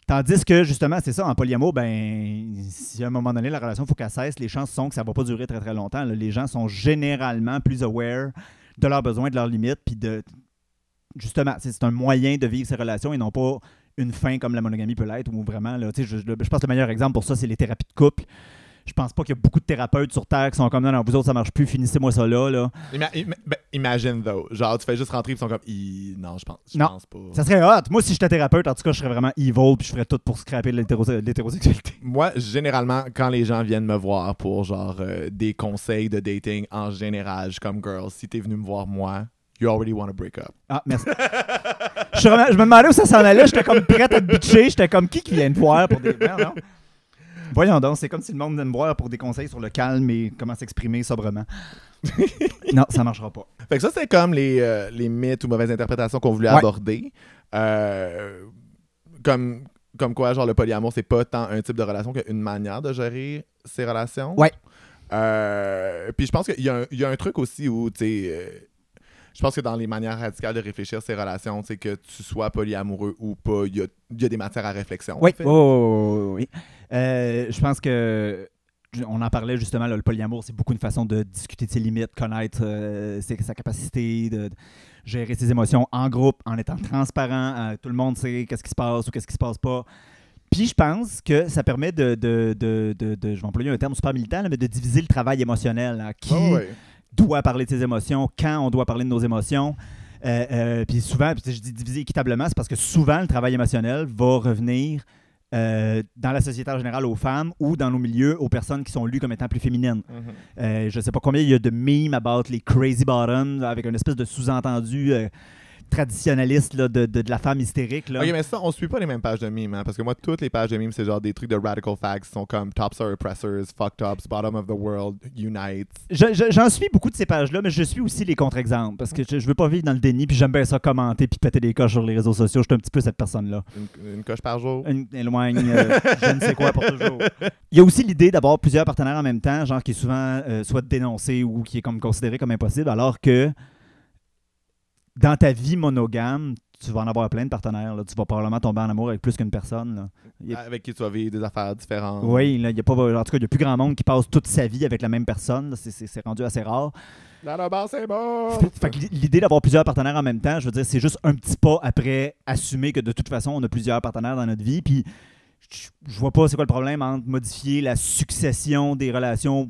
F: Tandis que, justement, c'est ça, en polyamour, ben, si à un moment donné, la relation, faut qu'elle cesse, les chances sont que ça va pas durer très, très longtemps. là. Les gens sont généralement plus aware de leurs besoins, de leurs limites, puis de... Justement, c'est c'est un moyen de vivre ces relations et non pas une fin comme la monogamie peut l'être, ou vraiment, là, tu sais, je, je pense que le meilleur exemple pour ça, c'est les thérapies de couple. Je pense pas qu'il y a beaucoup de thérapeutes sur Terre qui sont comme, non, non, vous autres, ça marche plus, finissez-moi ça là, là.
G: Ima- im- ben, imagine, though. Genre, tu fais juste rentrer ils sont comme, Ih, non, je pense, je
F: Non.
G: pense pas.
F: Ça serait hot. Moi, si j'étais thérapeute, en tout cas, je serais vraiment evil, puis je ferais tout pour scraper l'hétérose- l'hétérosexualité.
G: Moi, généralement, quand les gens viennent me voir pour genre euh, des conseils de dating en général, je suis comme girl, si t'es venu me voir moi, you already want to break up.
F: Ah, merci. je, suis vraiment- je me demandais où ça s'en allait. J'étais comme prête à te bitcher. J'étais comme qui qui vient te voir pour des. Non, non. Voyons donc, c'est comme si le monde venait me voir pour des conseils sur le calme et comment s'exprimer sobrement. non, ça marchera pas.
G: Fait que ça, c'est comme les, euh, les mythes ou mauvaises interprétations qu'on voulait
F: Ouais.
G: aborder. Euh, comme, comme quoi, genre, le polyamour, c'est pas tant un type de relation qu'une manière de gérer ses relations.
F: Ouais.
G: Euh, puis je pense qu'il y, a un- il y a un truc aussi où, tu sais, euh, je pense que dans les manières radicales de réfléchir ses relations, tu sais, que tu sois polyamoureux ou pas, il y a, il y a des matières à réflexion. en
F: Oui, Oh,
G: fait.
F: oui, oui, oui, oui. Euh, je pense que on en parlait justement, là, le polyamour, c'est beaucoup une façon de discuter de ses limites, connaître euh, ses- sa capacité de, de gérer ses émotions en groupe, en étant transparent. euh, tout le monde sait qu'est-ce qui se passe ou qu'est-ce qui se passe pas. Puis je pense que ça permet de, de, de, de- de- je vais employer un terme super militant, là, mais de diviser le travail émotionnel. hein. Qui
G: Ah ouais.
F: doit parler de ses émotions, quand on doit parler de nos émotions. Euh, euh, puis souvent, puis je dis diviser équitablement, c'est parce que souvent le travail émotionnel va revenir euh, dans la société en général aux femmes ou dans nos milieux aux personnes qui sont lues comme étant plus féminines.
G: Mhm.
F: Euh, je sais pas combien il y a de memes about les crazy bottoms avec une espèce de sous-entendu euh, traditionnaliste là, de, de- de la femme hystérique. Là.
G: Ok, mais ça, on suit pas les mêmes pages de mimes, hein, parce que moi, toutes les pages de mimes, c'est genre des trucs de radical facts qui sont comme tops are oppressors, fucked ups, bottom of the world, unites.
F: Je- je- J'en suis beaucoup de ces pages-là, mais je suis aussi les contre-exemples parce que je, je veux pas vivre dans le déni, puis j'aime bien ça commenter puis péter des coches sur les réseaux sociaux. Je suis un petit peu cette personne-là.
G: Une, une coche par jour.
F: Une- éloigne euh, je ne sais quoi pour toujours. Il y a aussi l'idée d'avoir plusieurs partenaires en même temps, genre qui est souvent euh, soit dénoncé ou qui est comme considéré comme impossible, alors que dans ta vie monogame, tu vas en avoir plein de partenaires. là. Tu vas probablement tomber en amour avec plus qu'une personne. là. Il y a-
G: Avec qui tu vas vivre des affaires différentes.
F: Oui, là, il y a pas, en tout cas, il n'y a plus grand monde qui passe toute sa vie avec la même personne. là. C'est- C'est c'est rendu assez rare.
G: La robe, c'est bon!
F: Fait que l'idée d'avoir plusieurs partenaires en même temps, je veux dire, c'est juste un petit pas après assumer que de toute façon, on a plusieurs partenaires dans notre vie. Puis je- je vois pas c'est quoi le problème entre modifier la succession des relations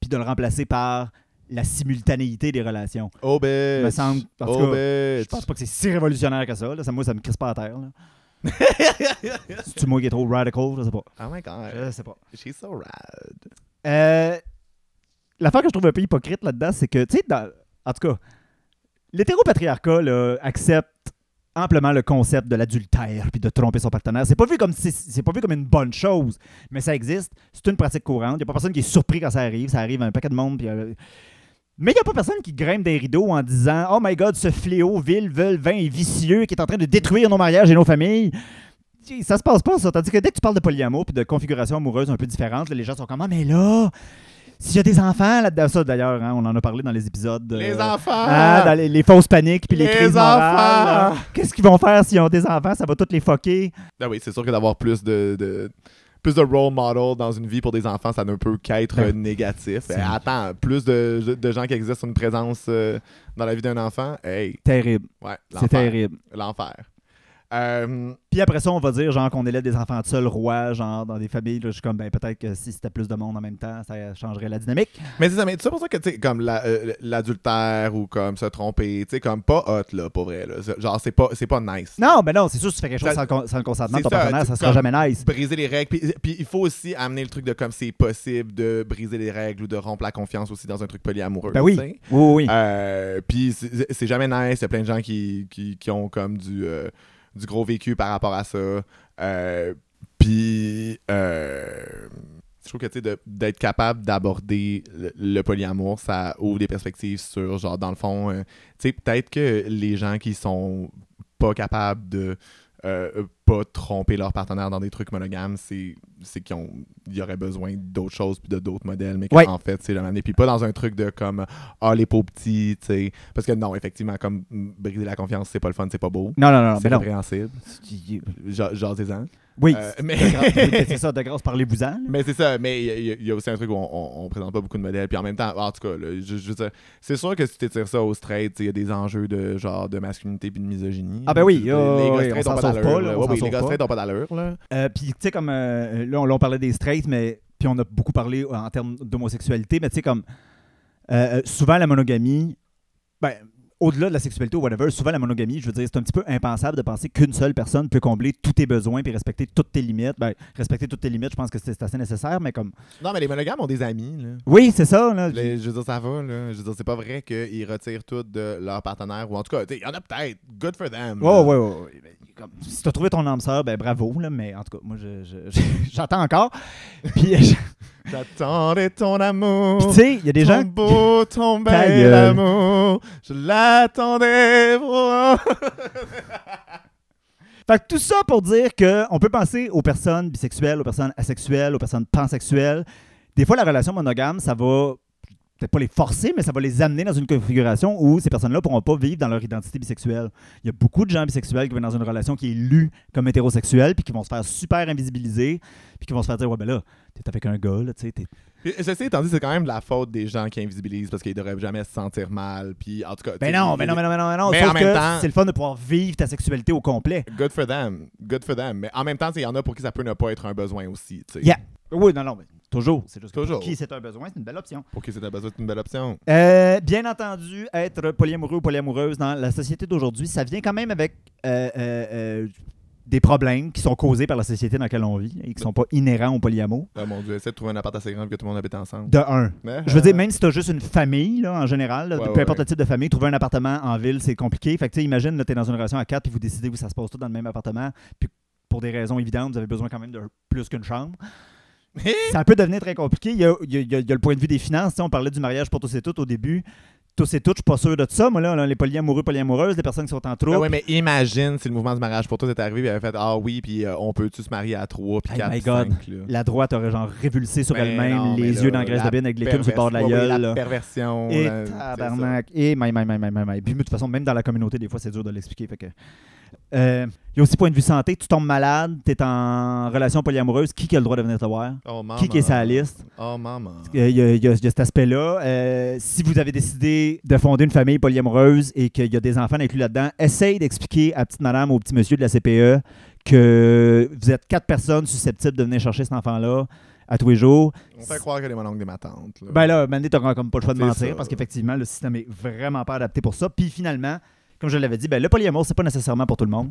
F: puis de le remplacer par la simultanéité des relations.
G: Oh, bitch!
F: Me semble- en tout
G: oh,
F: cas, Je
G: bitch!
F: pense pas que c'est si révolutionnaire que ça. Là. Ça, moi, ça me crisse pas à terre. tu moi qui est trop radical, je sais pas.
G: Oh my god,
F: Je sais pas.
G: she's so rad.
F: Euh, L'affaire que je trouve un peu hypocrite là-dedans, c'est que, tu sais, dans- en tout cas, l'hétéropatriarcat là, accepte amplement le concept de l'adultère puis de tromper son partenaire. C'est pas vu comme si- c'est pas vu comme une bonne chose, mais ça existe. C'est une pratique courante. Il y a pas personne qui est surpris quand ça arrive. Ça arrive à un paquet de monde. puis, euh, mais il n'y a pas personne qui grimpe des rideaux en disant Oh my god, ce fléau vil, veul, vain et vicieux qui est en train de détruire nos mariages et nos familles. Tu sais, Ça se passe pas, ça. Tandis que dès que tu parles de polyamour puis de configuration amoureuse un peu différente, là, les gens sont comme Ah, mais là, s'il y a des enfants là-dedans, ça d'ailleurs, hein, on en a parlé dans les épisodes.
G: Les
F: euh,
G: enfants!
F: ah, dans les, les fausses paniques puis les,
G: Les
F: crises morales. hein.
G: enfants!
F: Qu'est-ce qu'ils vont faire s'ils ont des enfants? Ça va toutes les foquer.
G: Ah oui, c'est sûr que d'avoir plus de, de- plus de role model dans une vie pour des enfants, ça ne peut qu'être
F: Ben,
G: euh, négatif.
F: c'est-
G: Eh, attends, plus de, de gens qui existent une présence euh, dans la vie d'un enfant, hey,
F: Terrible.
G: ouais, l'enfer.
F: C'est terrible.
G: L'enfer. Euh,
F: Puis après ça, on va dire genre qu'on élève des enfants seuls rois, genre dans des familles. Là, je suis comme, ben peut-être que si c'était plus de monde en même temps, ça changerait la dynamique.
G: mais c'est ça, mais c'est pour ça que, tu sais, comme la- euh, l'adultère ou comme se tromper, tu sais, comme pas hot, là, pour vrai. là. C'est- Genre, c'est pas, c'est pas nice.
F: Non, mais non, c'est sûr, si tu fais quelque chose
G: Ça-
F: sans, le con- sans le consentement de
G: C'est
F: ton
G: ça,
F: partenaire,
G: tu-
F: ça sera
G: comme-
F: jamais nice.
G: briser les règles. Puis, puis il faut aussi amener le truc de comme c'est possible de briser les règles ou de rompre la confiance aussi dans un truc polyamoureux.
F: Ben oui.
G: tu sais.
F: Oui, oui, oui.
G: Euh, puis c'est c'est jamais nice. Il y a plein de gens qui, qui, qui ont comme du, euh, du gros vécu par rapport à ça. Euh, puis euh, je trouve que tu sais, de- d'être capable d'aborder le, le polyamour, ça ouvre des perspectives sur, genre, dans le fond, euh, tu sais, peut-être que les gens qui sont pas capables de. euh, pas tromper leur partenaire dans des trucs monogames, c'est c'est qu'ils ont il y aurait besoin d'autres choses puis de d'autres modèles, mais
F: Ouais.
G: en fait, c'est la même. Et puis pas dans un truc de comme ah les peaux petits, tu sais. Parce que non, effectivement, comme mm, briser la confiance, c'est pas le fun, c'est pas beau.
F: Non, non, non, non,
G: c'est
F: Ah, mais non.
G: compréhensible. Genre des ans.
F: Oui.
G: Euh,
F: c'est-
G: mais-
F: de grâce- c'est ça, de grâce, parlez-vous-en. là.
G: Mais c'est ça, mais il y a- il y, a- il y a aussi un truc où on, on, on présente pas beaucoup de modèles. Puis en même temps, en tout cas, là, je, je veux dire, c'est sûr que si tu tires ça au straight, il y a des enjeux de genre de masculinité puis de misogynie.
F: Ah ben oui,
G: Je veux dire,
F: oh, oui, on
G: les gars straight
F: s'en
G: ont
F: sauve
G: pas
F: pas,
G: d'allure.
F: là,
G: là.
F: on
G: Ouais,
F: s'en
G: oui,
F: sauve
G: les gars
F: pas.
G: straight ont pas d'allure, là.
F: Euh, puis, tu sais, comme euh, là, on, là, on parlait des straights, mais puis on a beaucoup parlé euh, en termes d'homosexualité, mais tu sais, comme euh, euh, souvent la monogamie, ben, au-delà de la sexualité ou whatever, souvent la monogamie, je veux dire, c'est un petit peu impensable de penser qu'une seule personne peut combler tous tes besoins puis respecter toutes tes limites. Ben, respecter toutes tes limites, je pense que c'est c'est assez nécessaire, mais comme.
G: Non, mais les monogames ont des amis, là.
F: Oui, c'est ça, là.
G: Les- je veux dire, ça va, là. Je veux dire, c'est pas vrai qu'ils retirent tout de leur partenaire. Ou en tout cas, tu sais, il y en a peut-être. Good for them.
F: Ouais,
G: là.
F: ouais, ouais, ouais. Ben, comme, si t'as trouvé ton âme sœur, ben bravo, là, mais en tout cas, moi, je- je- j'attends encore. Puis, je-
G: J'attendais ton
F: puis tu
G: amour.
F: sais, il y a des
G: ton
F: gens.
G: beau, ton
F: Ta
G: bel
F: gueule.
G: amour. Je l'attendais. pour-
F: Fait que tout ça pour dire que on peut penser aux personnes bisexuelles, aux personnes asexuelles, aux personnes pansexuelles. Des fois, la relation monogame, ça va peut-être pas les forcer, mais ça va les amener dans une configuration où ces personnes-là pourront pas vivre dans leur identité bisexuelle. Il y a beaucoup de gens bisexuels qui vont dans une relation qui est lue comme hétérosexuelle, puis qui vont se faire super invisibiliser, puis qui vont se faire dire ouais ben là, t'es avec un gars là, tu sais, t'es-
G: Puis, Ceci étant dit, c'est quand même de la faute des gens qui invisibilisent parce qu'ils devraient jamais se sentir mal. Puis, en tout cas. tu
F: Ben
G: sais,
F: non,
G: les-
F: ben non, ben non, ben non, ben non.
G: Mais
F: Sauf
G: en même
F: que
G: temps-
F: c'est le fun de pouvoir vivre ta sexualité au complet.
G: Good for them. good for them. Mais en même temps, tu sais, il y en a pour qui ça peut ne pas être un besoin aussi. tu sais.
F: Yeah. Oui, non, non, mais toujours. C'est juste que
G: Toujours.
F: pour qui c'est un besoin, c'est une belle option.
G: Pour qui c'est un besoin, c'est une belle option.
F: Euh, bien entendu, être polyamoureux ou polyamoureuse dans la société d'aujourd'hui, ça vient quand même avec euh, euh, euh, des problèmes qui sont causés par la société dans laquelle on vit et qui sont pas inhérents au polyamour.
G: Ah, mon Dieu, essaie de trouver un appart assez grand pour que tout le monde habite ensemble.
F: De un.
G: Mais,
F: Je veux
G: euh,
F: dire, même si t'as juste une famille, là, en général, là,
G: Ouais,
F: peu
G: ouais,
F: importe
G: ouais.
F: le type de famille, trouver un appartement en ville, c'est compliqué. Fait que, tu sais, imagine, là, t'es dans une relation à quatre, puis vous décidez où ça se passe tout dans le même appartement, puis pour des raisons évidentes, vous avez besoin quand même de plus qu'une chambre. ça peut devenir très compliqué. Il y a, il y a- il y a- il y a le point de vue des finances. Tu sais, On parlait du mariage pour tous et toutes au début. Tous et toutes, je suis pas sûr de ça. Moi, là, là, les polyamoureux, polyamoureuses, les personnes qui sont en trouble.
G: Ah ouais, mais imagine si le mouvement du mariage pour toi était arrivé et avait fait Ah oui, puis euh, on peut-tu se marier à trois, puis
F: Hey,
G: quatre,
F: my
G: puis
F: God.
G: cinq. là.
F: La droite aurait genre révulsé sur
G: Ben non,
F: elle-même,
G: mais
F: les
G: là,
F: yeux dans la graisse
G: la ben,
F: de bine avec les clous sur le bord de la
G: Perverse- ouais,
F: gueule.
G: ouais,
F: là.
G: perversion.
F: Et
G: là, c'est ça.
F: tabarnak. Et my, my, my, my, my, my. Puis, mais de toute façon, même dans la communauté, des fois, c'est dur de l'expliquer. Fait que. Euh, Il y a aussi point de vue santé, tu tombes malade, tu es en relation polyamoureuse, qui qui a le droit de venir te voir?
G: Oh, maman.
F: Qui qui est sa liste?
G: Oh, maman.
F: Euh, Il y, a- il y a il y a cet aspect-là. Euh, si vous avez décidé de fonder une famille polyamoureuse et qu'il y a des enfants inclus là-dedans, essaye d'expliquer à petite madame ou au petit monsieur de la CPE que vous êtes quatre personnes susceptibles de venir chercher cet enfant-là à tous les jours.
G: On fait croire que les mononcles et ma tante. là.
F: Ben là, Mané, t'auras comme pas le choix de
G: C'est
F: mentir
G: ça.
F: parce qu'effectivement, le système est vraiment pas adapté pour ça. Puis finalement, comme je l'avais dit, ben, le polyamour, c'est pas nécessairement pour tout le monde.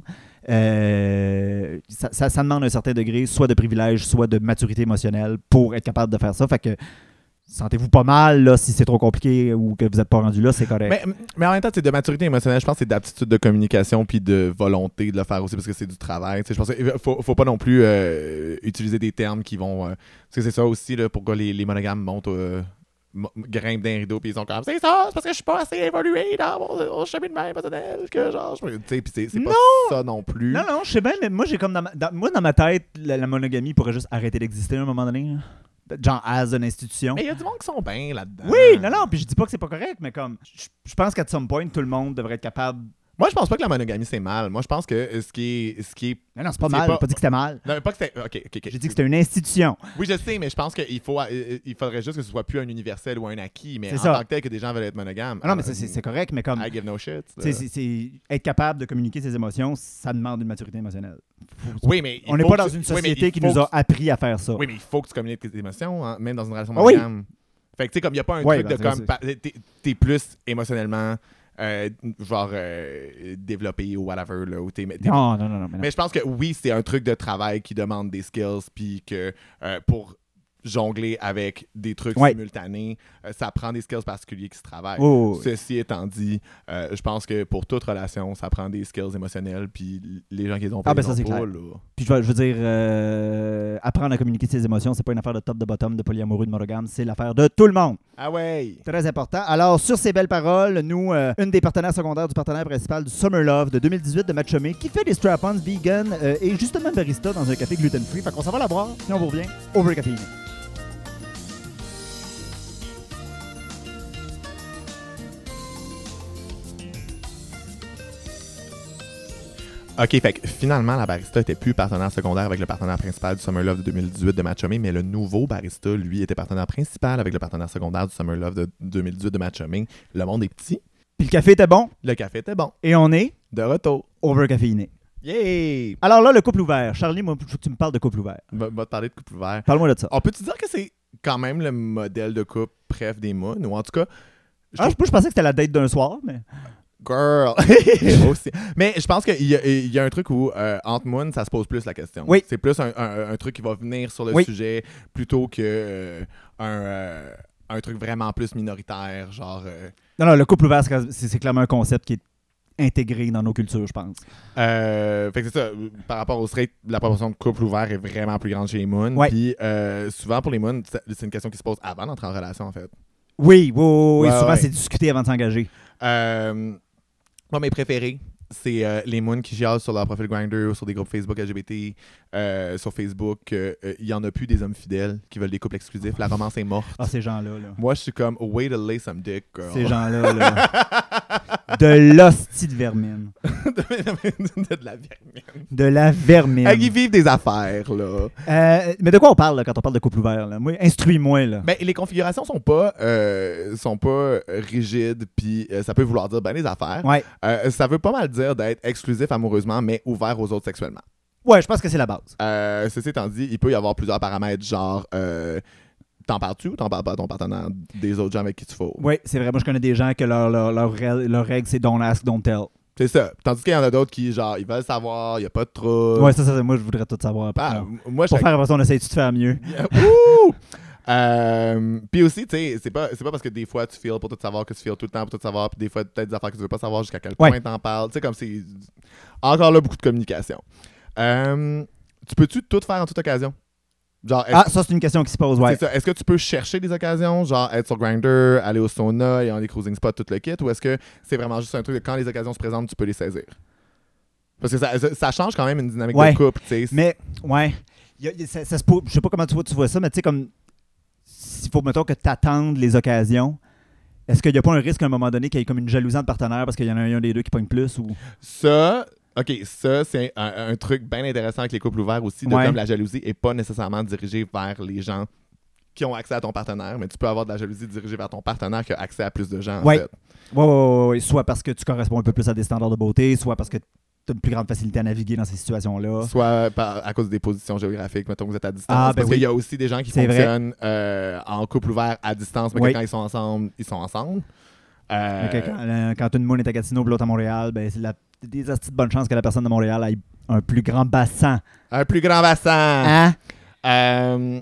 F: Euh, ça, ça- ça demande un certain degré, soit de privilège, soit de maturité émotionnelle pour être capable de faire ça. Fait que sentez-vous pas mal là, si c'est trop compliqué ou que vous êtes pas rendu là, c'est correct.
G: Mais, mais en même temps, c'est de maturité émotionnelle, je pense que c'est d'aptitude de communication puis de volonté de le faire aussi parce que c'est du travail. tu sais. Je pense qu'il faut, faut pas non plus euh, utiliser des termes qui vont. euh, parce que c'est ça aussi là, pourquoi les, les monogames montent. euh, mo- grimpent d'un rideau puis ils sont comme c'est ça c'est parce que je suis pas assez évolué dans mon, mon chemin de même personnel que genre je- tu sais puis c'est c'est pas
F: Non!
G: ça non plus
F: Non, non, je sais bien, mais moi, j'ai comme dans ma, dans- moi, dans ma tête, la, la monogamie pourrait juste arrêter d'exister à un moment donné. là. Genre, as une institution. Euh,
G: mais il y a du monde qui sont bien là-dedans
F: Oui, non, non, puis je dis pas que c'est pas correct, mais comme, je je pense qu'à some point, tout le monde devrait être capable.
G: moi je pense pas que la monogamie c'est mal moi je pense que euh, ce qui est ce qui est
F: Non, non, c'est pas
G: C'est
F: mal,
G: pas-
F: j'ai pas dit que c'était mal.
G: non mais pas que c'est ok ok, ok.
F: J'ai dit que c'était une institution.
G: Oui, je sais, mais je pense qu'il faut, euh, euh, il faudrait juste que ce soit plus un universel ou un acquis, mais
F: C'est ça.
G: en tant que tel que des gens veulent être monogames.
F: Ah non, mais
G: euh,
F: c'est- c'est c'est correct, mais comme,
G: I give no shit. euh.
F: tu sais,
G: là.
F: c'est- c'est- être capable de communiquer ses émotions, ça demande une maturité émotionnelle.
G: Oui, mais il
F: On n'est
G: faut
F: pas
G: que
F: dans
G: tu-
F: une
G: oui, mais il
F: société qui
G: faut
F: nous a
G: que-
F: appris à faire ça.
G: Oui, mais il faut que tu communiques tes émotions, hein, même dans une relation
F: Ah oui.
G: monogame. Fait que, tu sais, comme il n'y a pas un
F: Ouais, ben,
G: truc de
F: c'est-
G: comme.
F: c'est-
G: pa- T'es t'es plus émotionnellement, euh, genre, euh, développé ou whatever, là, ou t'es. t'es-
F: Non, non, non, non. Mais non.
G: Mais je pense que oui, c'est un truc de travail qui demande des skills, puis que euh, pour jongler avec des trucs
F: Ouais.
G: simultanés, euh, ça prend des skills particuliers qui se travaillent.
F: Oh, oui, oui.
G: Ceci étant dit, euh, je pense que pour toute relation, ça prend des skills émotionnels, puis l- les gens qui les ont pas,
F: Ah, ben
G: ils
F: ça,
G: ont
F: c'est
G: pas,
F: clair.
G: là.
F: Puis je veux, je veux dire, euh, apprendre à communiquer ses émotions, c'est pas une affaire de top, de bottom, de polyamoureux, de monogame, c'est l'affaire de tout le monde.
G: Ah ouais!
F: Très important. Alors, sur ces belles paroles, nous, euh, une des partenaires secondaires du partenaire principal du Summer Love de 2018 de Matchomé, qui fait des strap-ons vegan euh, et justement barista dans un café gluten-free. Fait qu'on s'en va la voir, puis on vous revient. Over caféine.
G: Ok, fait que finalement, la barista était plus partenaire secondaire avec le partenaire principal du Summer Love de 2018 de Matchomé, mais le nouveau barista, lui, était partenaire principal avec le partenaire secondaire du Summer Love de 2018 de Matchomé. Le monde est petit,
F: Puis le café était bon
G: le café était bon.
F: et on est
G: De retour.
F: over caféiné.
G: Yay!
F: Alors là, le couple ouvert. Charlie, moi, je veux que tu me parles de couple ouvert.
G: Va, va te parler de couple ouvert.
F: Parle-moi de ça.
G: On peut-tu dire que c'est quand même le modèle de couple préf des mounes? Ou en tout cas, je
F: Ah,
G: trouve-
F: je, je pensais que c'était la date d'un soir, mais.
G: girl! aussi. Mais je pense qu'il y, a- il y a un truc où, euh, entre moons, ça se pose plus la question.
F: Oui.
G: C'est plus un, un- un truc qui va venir sur le
F: Oui.
G: sujet plutôt que euh, un, euh, un truc vraiment plus minoritaire, genre... euh,
F: Non, non, le couple ouvert, c'est c'est clairement un concept qui est intégré dans nos cultures, je pense.
G: Euh, fait que c'est ça. Par rapport au straight, la proportion de couple ouvert est vraiment plus grande chez les moons.
F: Ouais.
G: Puis euh, souvent, pour les moons, c'est c'est une question qui se pose avant d'entrer en relation, en fait.
F: Oui, oui, oui. oui.
G: Ouais,
F: souvent,
G: ouais.
F: c'est discuté avant de s'engager.
G: Euh, moi, mes préférés, c'est euh, les moons qui jasent sur leur profil Grinder ou sur des groupes Facebook LGBT. Euh, sur Facebook, euh, euh, il y en a plus des hommes fidèles qui veulent des couples exclusifs. La romance est morte.
F: Ah, ces gens-là, là.
G: Moi, je suis comme, way to lay some dick, girl.
F: Ces gens-là, là. de l'hostie de vermine.
G: de, de la vermine.
F: De la vermine.
G: Ah, Ils vivent des affaires, là.
F: Euh, mais de quoi on parle là, quand on parle de couple ouvert? Là? Moi, instruis-moi. Là.
G: Ben, les configurations sont pas, euh, sont pas rigides, puis euh, ça peut vouloir dire ben des affaires.
F: Ouais.
G: Euh, ça veut pas mal dire d'être exclusif amoureusement, mais ouvert aux autres sexuellement.
F: Ouais, je pense que c'est la base.
G: Euh, ceci étant dit, il peut y avoir plusieurs paramètres, genre euh, t'en parles-tu ou t'en parles pas à ton partenaire des autres gens avec qui tu fous.
F: Oui, c'est vrai. Moi, je connais des gens que leur, leur, leur, règle- leur règle, c'est don't ask, don't tell.
G: C'est ça. Tandis qu'il y en a d'autres qui, genre, ils veulent savoir, il n'y a pas de trouble.
F: Ouais, ça, ça, moi, je voudrais tout savoir. après.
G: Ah,
F: Non.
G: moi, je
F: Pour faire après ça, on essaie de faire mieux.
G: Ouh! Euh, puis aussi, tu sais, c'est pas, c'est pas parce que des fois tu files pour tout savoir que tu files tout le temps pour tout savoir, puis des fois peut-être des affaires que tu veux pas savoir jusqu'à quel
F: Ouais.
G: point t'en parles. Tu sais, comme c'est. Encore là, beaucoup de communication. Euh, tu peux-tu tout faire en toute occasion? Genre, est-ce
F: Ah, ça, c'est une question qui se pose, ouais.
G: c'est ça. Est-ce que tu peux chercher des occasions, genre être sur Grinder, aller au sauna, et en des cruising spots, tout le kit, ou est-ce que c'est vraiment juste un truc de quand les occasions se présentent, tu peux les saisir? Parce que ça, ça- ça change quand même une dynamique
F: Ouais.
G: de couple, tu sais.
F: Mais, ouais. Il y a- il y a- ça, ça se peut- je sais pas comment tu vois, tu vois ça, mais tu sais, comme. S'il faut, mettons, que tu attendes les occasions, est-ce qu'il n'y a pas un risque à un moment donné qu'il y ait comme une jalousie de partenaire parce qu'il y en a un, un des deux qui pogne plus ou.
G: Ça, OK, ça, c'est un, un truc bien intéressant avec les couples ouverts aussi, de
F: Ouais.
G: comme la jalousie est pas nécessairement dirigée vers les gens qui ont accès à ton partenaire, mais tu peux avoir de la jalousie dirigée vers ton partenaire qui a accès à plus de gens, en
F: Ouais.
G: fait.
F: Ouais, ouais, ouais, ouais. Soit parce que tu corresponds un peu plus à des standards de beauté, soit parce que tu as une plus grande facilité à naviguer dans ces situations-là.
G: Soit par- à cause des positions géographiques, mettons que vous êtes à distance.
F: Ah, ben
G: parce qu'il
F: oui.
G: y a aussi des gens qui
F: C'est vrai.
G: fonctionnent euh, en couple ouvert à distance, mais
F: Oui.
G: que quand ils sont ensemble, ils sont ensemble. Euh,
F: Donc, quand, euh, quand une moune est à Gatineau et l'autre à Montréal, ben, c'est la, des astuces de bonne chance que la personne de Montréal ait un plus grand bassin.
G: Un plus grand bassin.
F: Hein?
G: Euh,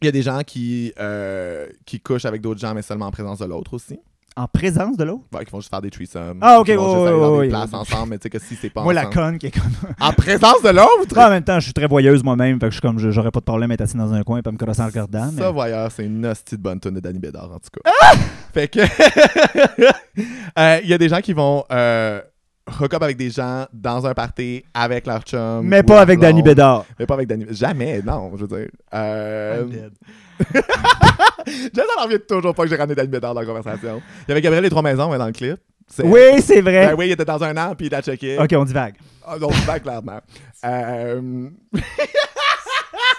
G: Il y a des gens qui, euh, qui couchent avec d'autres gens, mais seulement en présence de l'autre aussi.
F: En présence de l'autre?
G: Ouais, qui vont juste faire des threesomes.
F: Ah, ok,
G: Qui vont
F: ouais,
G: juste
F: ouais,
G: aller dans
F: ouais,
G: des
F: ouais,
G: places
F: ouais.
G: ensemble, mais tu sais que si c'est pas
F: Moi, la Ah,
G: ensemble.
F: conne qui est comme.
G: En présence de l'autre!
F: en même temps, je suis très voyeuse moi-même, fait que je suis comme, je- j'aurais pas de problème à être assis dans un coin et me crosser en regardant. mais- Ah!
G: Ça, voyeur, c'est une hostie de bonne tune de Danny Bédard, en tout cas. Fait que. Euh, Il y a des gens qui vont euh, hook up avec des gens dans un party avec leur chum.
F: Mais
G: ou
F: pas
G: leur
F: avec Danny
G: blonde.
F: Bédard.
G: Mais pas avec Danny Jamais, non, je veux dire. Euh... J'en reviens toujours pas que j'ai ramené Danny Bédard dans la conversation. Il y avait Gabriel Les Trois Maisons ouais, dans le clip. C'est-
F: Oui, c'est vrai.
G: Ben oui, il était dans un arbre puis il a checké.
F: Ok, on divague.
G: Ah non, pas clairement. Euh,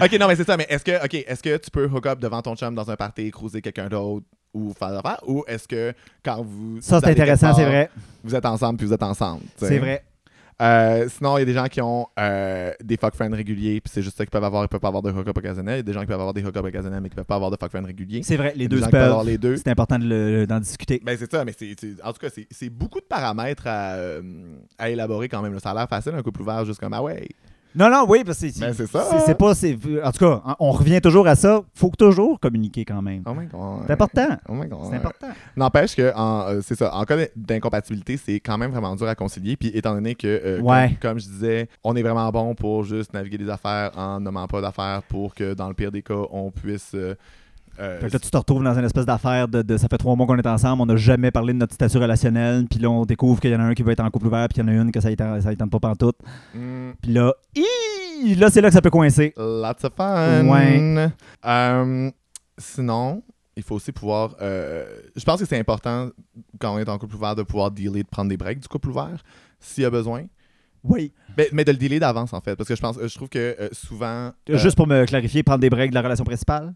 G: ok, non, mais c'est ça. Mais est-ce que, ok, est-ce que tu peux hook up devant ton chum dans un party, cruiser quelqu'un d'autre ou faire des affaires? Ou est-ce que quand vous.
F: Ça,
G: vous
F: c'est
G: allez
F: intéressant,
G: quelque
F: c'est
G: part,
F: vrai.
G: Vous êtes ensemble puis vous êtes ensemble. tu sais.
F: C'est vrai.
G: Euh, sinon, il y a des gens qui ont euh, des fuck friends réguliers puis c'est juste ça qu'ils peuvent avoir. Ils peuvent pas avoir de hook up occasionnel. Il y a des gens qui peuvent avoir des hook up occasionnels mais qui peuvent pas avoir de fuck friends réguliers.
F: C'est vrai, les
G: Il y a
F: deux
G: des gens
F: se
G: qui peuvent
F: peuvent.
G: avoir les deux.
F: C'est important de le- d'en discuter.
G: Ben c'est ça, mais c'est, c'est- en tout cas, c'est, c'est beaucoup de paramètres à, euh, à élaborer quand même. là. Ça a l'air facile, un couple ouvert, juste comme ah ouais.
F: Non, non, oui, parce que c'est.
G: Ben, c'est ça.
F: c'est- c'est pas. c'est- En tout cas, hein, on- on revient toujours à ça. Faut que toujours communiquer quand même.
G: Oh my god.
F: C'est important.
G: Oh my god.
F: C'est important.
G: N'empêche que, en, euh, c'est ça, en cas d'incompatibilité, c'est quand même vraiment dur à concilier. Puis étant donné que, euh,
F: Ouais.
G: comme, comme je disais, on est vraiment bon pour juste naviguer des affaires en nommant pas d'affaires pour que, dans le pire des cas, on puisse. euh, euh,
F: Fait que là, tu te retrouves dans une espèce d'affaire de, de- ça fait trois mois qu'on est ensemble, on n'a jamais parlé de notre statut relationnel, puis là, on découvre qu'il y en a un qui veut être en couple ouvert, puis il y en a une que ça ne tente, pas pantoute.
G: mm,
F: Puis là, hi, là, c'est là que ça peut coincer.
G: Lots of fun.
F: Ouais.
G: Euh, sinon, il faut aussi pouvoir. euh, je pense que c'est important quand on est en couple ouvert de pouvoir dealer, de prendre des breaks du couple ouvert s'il y a besoin.
F: Oui.
G: Mais, mais de le dealer d'avance en fait, parce que je pense, je trouve que euh, souvent euh,
F: Juste pour me clarifier, prendre des breaks de la relation principale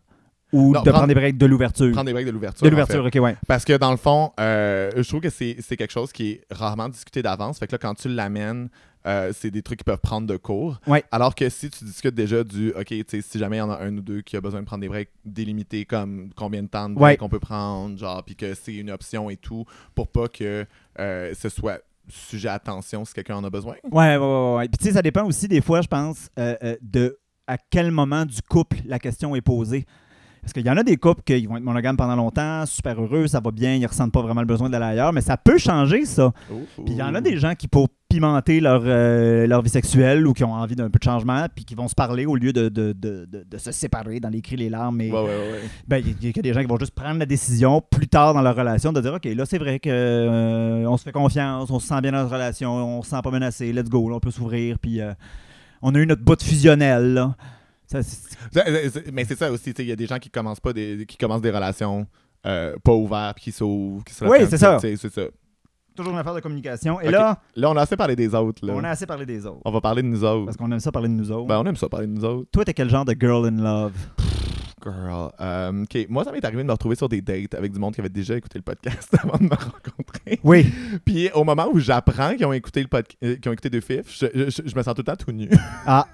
F: ou
G: Non,
F: de prendre
G: prendre-
F: des breaks de l'ouverture.
G: euh, prendre des breaks de l'ouverture.
F: De
G: en fait.
F: l'ouverture, ok, ouais.
G: Parce que dans le fond, euh, je trouve que c'est c'est quelque chose qui est rarement discuté d'avance. Fait que là, quand tu l'amènes, euh, c'est des trucs qui peuvent prendre de cours.
F: Ouais.
G: Alors que si tu discutes déjà du OK, tu sais, si jamais il y en a un ou deux qui a besoin de prendre des breaks délimités, comme combien de temps de break
F: Ouais.
G: on peut prendre, genre, puis que c'est une option et tout, pour pas que euh, ce soit sujet à tension si quelqu'un en a besoin.
F: Ouais, ouais, ouais. ouais. Puis tu sais, ça dépend aussi des fois, je pense, euh, euh, de à quel moment du couple la question est posée. Parce qu'il y en a des couples qui vont être monogames pendant longtemps, super heureux, ça va bien, ils ressentent pas vraiment le besoin d'aller ailleurs, mais ça peut changer ça. Puis il y en a des gens qui, pour pimenter leur, euh, leur vie sexuelle ou qui ont envie d'un peu de changement, puis qui vont se parler au lieu de, de, de- de- de se séparer dans les cris, les larmes. Et,
G: Ouais, ouais, ouais.
F: ben, il y a que des gens qui vont juste prendre la décision plus tard dans leur relation de dire OK, là, c'est vrai que euh, on se fait confiance, on se sent bien dans notre relation, on se sent pas menacé, let's go, là, on peut s'ouvrir, puis euh, on a eu notre bout de fusionnel. là. Ça, c'est-
G: C'est- c'est- Mais c'est ça aussi, tu sais, il y a des gens qui commencent pas des, qui commencent des relations euh, pas ouvertes, puis qui s'ouvrent, qui se
F: Oui,
G: referment,
F: c'est ça.
G: tu sais, C'est ça.
F: toujours une affaire de communication. Et
G: Ok.
F: là,
G: Là, on a assez parlé des autres. Là.
F: on
G: On,
F: a assez parlé des autres.
G: va parler de nous autres.
F: Parce qu'on aime ça parler de nous autres.
G: Ben, on aime ça parler de nous autres.
F: Toi, t'es quel genre de girl in love
G: Girl. Euh, OK. Moi, ça m'est arrivé de me retrouver sur des dates avec du monde qui avait déjà écouté le podcast avant de me rencontrer.
F: Oui.
G: Puis au moment où j'apprends qu'ils ont écouté le podca- euh, qu'ils ont écouté deux fifs, je, je- je me sens tout le temps tout nu.
F: Ah.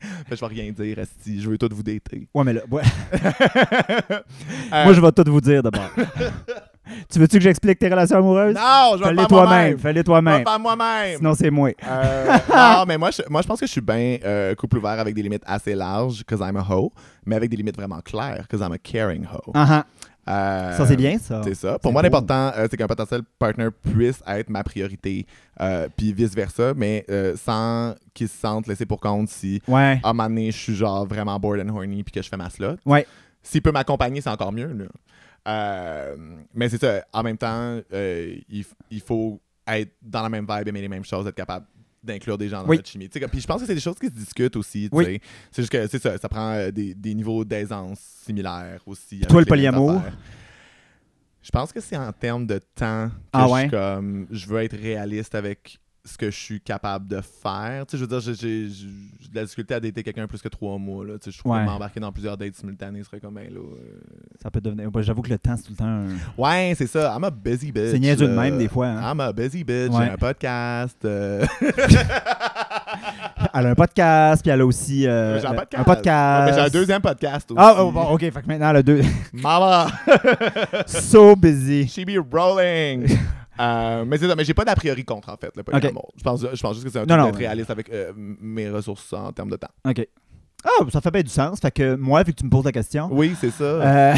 G: Fait que je vais rien dire, Asti. Je veux tout vous dater.
F: Ouais, mais là, ouais.
G: Euh,
F: moi, je vais tout vous dire d'abord. tu veux-tu que j'explique tes relations amoureuses?
G: Non, je vais le
F: Fais-les
G: faire
F: toi-même.
G: moi-même.
F: Fais-les
G: Je vais
F: toi-même.
G: le faire moi-même.
F: Sinon, c'est moi.
G: Euh, non, mais moi je, moi, je pense que je suis bien euh, couple ouvert avec des limites assez larges, cause I'm a hoe, mais avec des limites vraiment claires, cause I'm a caring hoe.
F: Ah, ah.
G: Euh,
F: Ça, c'est bien, ça.
G: C'est ça. Pour
F: C'est
G: moi,
F: beau.
G: l'important, euh, c'est qu'un potentiel partner puisse être ma priorité, euh, puis vice-versa, mais euh, sans qu'ils se sentent laissés pour compte si,
F: Ouais.
G: à un moment donné, je suis genre vraiment bored and horny puis que je fais ma slot.
F: Ouais.
G: S'il peut m'accompagner, c'est encore mieux. là. Euh, mais c'est ça. En même temps, euh, il, f- il faut être dans la même vibe, aimer les mêmes choses, être capable d'inclure des gens dans
F: Oui.
G: notre chimie. Tu sais, comme- Puis je pense que c'est des choses qui se discutent aussi. tu
F: Oui.
G: sais. C'est juste que c'est ça, ça prend euh, des, des niveaux d'aisance similaires aussi.
F: toi,
G: avec
F: le
G: les mêmes
F: polyamour?
G: affaires. Je pense que c'est en termes de temps que
F: Ah
G: je
F: ouais?
G: suis comme je veux être réaliste avec ce que je suis capable de faire. Tu sais, je veux dire, j'ai- j'ai j'ai de la difficulté à dater quelqu'un plus que trois mois. Là. Tu sais, je trouve
F: Ouais.
G: que m'embarquer dans plusieurs dates simultanées serait comme ben, là. euh,
F: Ça peut devenir. bah, J'avoue que le temps, c'est tout le temps. un-
G: Ouais, c'est ça. I'm a busy bitch.
F: C'est niaiseux de
G: là.
F: même, des fois, hein.
G: I'm a busy bitch.
F: Ouais.
G: J'ai un podcast. euh,
F: Elle a un podcast, puis elle a aussi euh,
G: j'ai un podcast.
F: un podcast.
G: Ouais, mais j'ai un deuxième podcast aussi.
F: Ah, oh, bon, ok, fait que maintenant, elle a deux.
G: Mama!
F: so busy.
G: She be rolling! Euh, mais c'est ça, mais j'ai pas d'a priori contre en fait le polyamour. Je, pense, je pense juste que c'est un
F: Non,
G: truc
F: non,
G: d'être
F: ouais.
G: réaliste avec euh, mes ressources en termes de temps.
F: Ok. Ah, ça fait bien du sens. Fait que moi, vu que tu me poses la question.
G: Oui, c'est ça.
F: euh,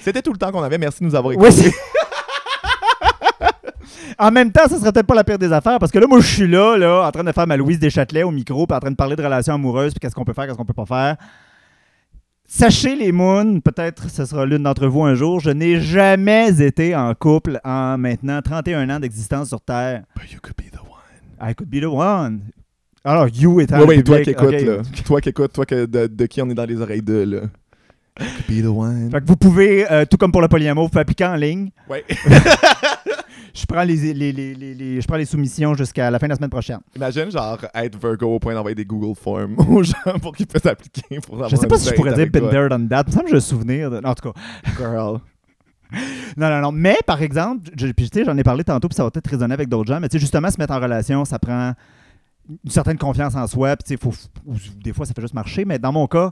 G: C'était tout le temps qu'on avait. Merci de nous avoir écoutés.
F: oui, c'est- En même temps, ça serait peut-être pas la pire des affaires parce que là, moi, je suis là, là, en train de faire ma Louise Deschâtelet au micro, puis en train de parler de relations amoureuses, puis qu'est-ce qu'on peut faire, qu'est-ce qu'on peut pas faire. Sachez les moons, peut-être ce sera l'une d'entre vous un jour. Je n'ai jamais été en couple en maintenant 31 ans d'existence sur Terre.
G: But you could be the one.
F: I could be the one. Alors, you est
G: Oui, oui, toi qui écoutes, là. Toi qui écoutes, toi que- de, de qui on est dans les oreilles de, là. I could be the one.
F: Fait que vous pouvez, euh, tout comme pour le polyamour, vous pouvez appliquer en ligne.
G: Ouais.
F: Je prends les, les, les, les- les- je prends les soumissions jusqu'à la fin de la semaine prochaine.
G: Imagine, genre, être Virgo au point d'envoyer des Google Forms aux gens pour qu'ils puissent appliquer pour avoir
F: Je sais
G: une
F: pas si je
G: date
F: pourrais dire
G: avec
F: been
G: toi.
F: there done that. Il me semble que j'ai un souvenir. De... En tout cas,
G: Girl.
F: non, non, non. Mais par exemple, je- puis tu sais, j'en ai parlé tantôt, puis ça va peut-être résonner avec d'autres gens, mais tu sais, justement, se mettre en relation, ça prend une certaine confiance en soi, puis tu sais, faut, ou des fois, ça fait juste marcher, mais dans mon cas,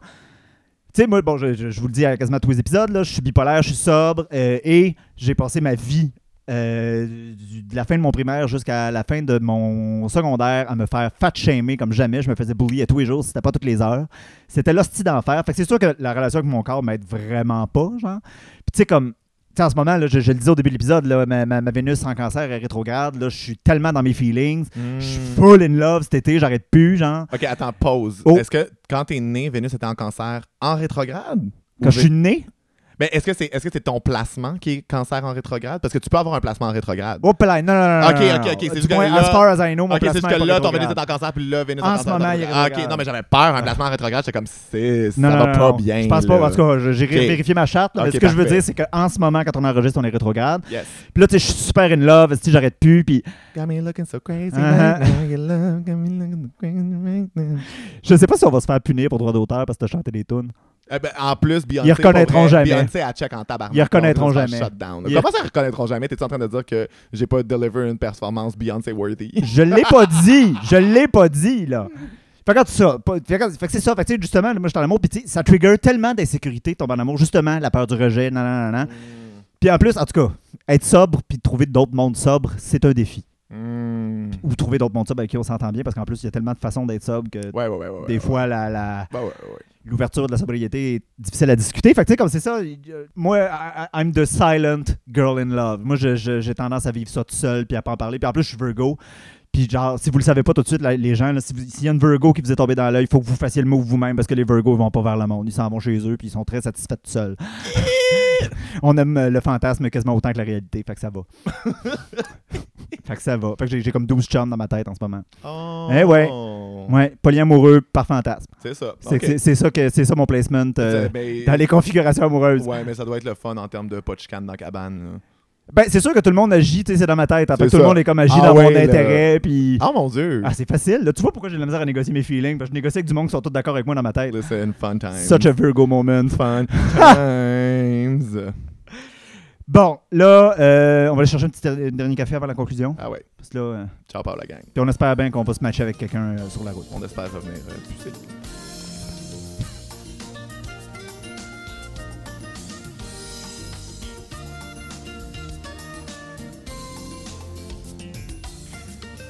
F: tu sais, moi, bon, je, je- je vous le dis à quasiment tous les épisodes, là, je suis bipolaire, je suis sobre, euh, et j'ai passé ma vie euh, du- de la fin de mon primaire jusqu'à la fin de mon secondaire à me faire fat-shamer comme jamais. Je me faisais bully à tous les jours, c'était pas toutes les heures. C'était l'hostie d'enfer. Fait que c'est sûr que la relation avec mon corps m'aide vraiment pas, genre. Puis tu sais, comme tu sais, en ce moment, là, je, je le disais au début de l'épisode, là, ma, ma- ma Vénus en cancer est rétrograde. Là, je suis tellement dans mes feelings. Je suis full in love cet été, j'arrête plus, genre.
G: Hmm. Ok, attends, pause.
F: Oh.
G: Est-ce que quand t'es né, Vénus était en cancer en rétrograde?
F: Quand
G: Ou
F: je suis né,
G: Mais est-ce que c'est est-ce que c'est ton placement qui est cancer en rétrograde? Parce que tu peux avoir un placement en rétrograde.
F: oh là, non, non, non, non.
G: Ok,
F: non,
G: ok,
F: non.
G: ok, c'est
F: Du
G: juste que
F: moins,
G: là-
F: as far as I know, mon
G: ok, c'est
F: placement
G: juste
F: est pas
G: que là, ton
F: rétrograde.
G: Vénus est en cancer, puis là, Vénus
F: En
G: en
F: ce
G: cancer.
F: moment, il est
G: Ah, ok,
F: rétrograde.
G: non, mais j'avais peur, un placement en rétrograde, j'étais comme 6, ça
F: Non, non,
G: va
F: non,
G: pas
F: non.
G: bien.
F: Je pense pas.
G: là.
F: En tout cas, je- j'ai
G: Ok.
F: vérifié ma charte. là, mais
G: Ok,
F: ce que je veux
G: parfait.
F: dire, c'est qu'en ce moment, quand on enregistre, on est rétrograde.
G: Yes.
F: Puis là, tu sais, je suis super in love. Si j'arrête plus, puis
G: Got me looking so crazy
F: Uh-huh.
G: right now, your love got me looking so crazy right now.
F: je sais pas si on va se faire punir pour droit d'auteur parce que t'as chanté des tunes.
G: Eh ben, en plus, Beyoncé.
F: Ils reconnaîtront
G: pour
F: jamais.
G: vrai, Beyoncé, elle check en tabarnak.
F: Ils reconnaîtront
G: On va se
F: jamais.
G: faire Shutdown.
F: Ils-
G: Comment ça, ils reconnaîtront jamais? T'es-tu en train de dire que j'ai pas deliver une performance Beyoncé worthy?
F: Je l'ai pas dit. Je l'ai pas dit, là. Fait que, ça, pas- fait que fait que c'est ça. Fait que, tu sais, justement, moi, je suis en amour. Puis, tu sais, ça trigger tellement d'insécurité, tomber en amour. Justement, la peur du rejet, nan, nan, nan, nan.
G: Mm.
F: Puis, en plus, en tout cas, être sobre puis trouver d'autres mondes sobres, c'est un défi.
G: Mm.
F: Ou trouver d'autres mondes sobres avec qui on s'entend bien. Parce qu'en plus, il y a tellement de façons d'être sobre que
G: Ouais, ouais, ouais. ouais,
F: des
G: ouais.
F: fois, la- la,
G: Bah ouais, ouais.
F: l'ouverture de la sobriété est difficile à discuter. Fait que, tu sais, comme c'est ça, euh, moi, I- I- I'm the silent girl in love. Moi, je- je- j'ai tendance à vivre ça tout seul, puis à pas en parler. Puis en plus, je suis Virgo. Puis genre, si vous le savez pas tout de suite, là, les gens, là, si vous- s'il y a une Virgo qui vous est tombée dans l'œil, il faut que vous fassiez le mot vous-même parce que les Virgos ils vont pas vers le monde. Ils s'en vont chez eux, puis ils sont très satisfaits tout seuls. On aime euh, le fantasme quasiment autant que la réalité, fait que ça va. fait que ça va. Fait que j'ai- j'ai comme 12 chums dans ma tête en ce moment.
G: Oh.
F: Eh ouais. Ouais, polyamoureux par fantasme.
G: C'est ça.
F: C'est
G: Ok.
F: c'est- euh, c'est ça que c'est ça mon placement. euh,
G: C'est- ben,
F: dans les configurations amoureuses.
G: Ouais, mais ça doit être le fun en termes de pas de chicane dans la cabane. là.
F: Ben, c'est sûr que tout le monde agit, tu sais, c'est dans ma tête. hein. Fait que tout
G: C'est
F: le
G: ça.
F: monde est comme agit
G: Ah
F: dans
G: ouais,
F: mon
G: là.
F: intérêt, puis.
G: Oh mon dieu!
F: Ah, c'est facile. là. Tu vois pourquoi j'ai de la misère à négocier mes feelings? Parce que je négocie avec du monde qui sont tous d'accord avec moi dans ma tête.
G: Listen, fun times.
F: Such a Virgo moment.
G: fun times.
F: Bon, là, euh, on va aller chercher un petit der- dernier café avant la conclusion.
G: Ah ouais.
F: Parce que là, euh,
G: Ciao, Paul, la gang.
F: puis on espère bien qu'on va se matcher avec quelqu'un euh, sur la route.
G: On espère revenir euh, plus vite.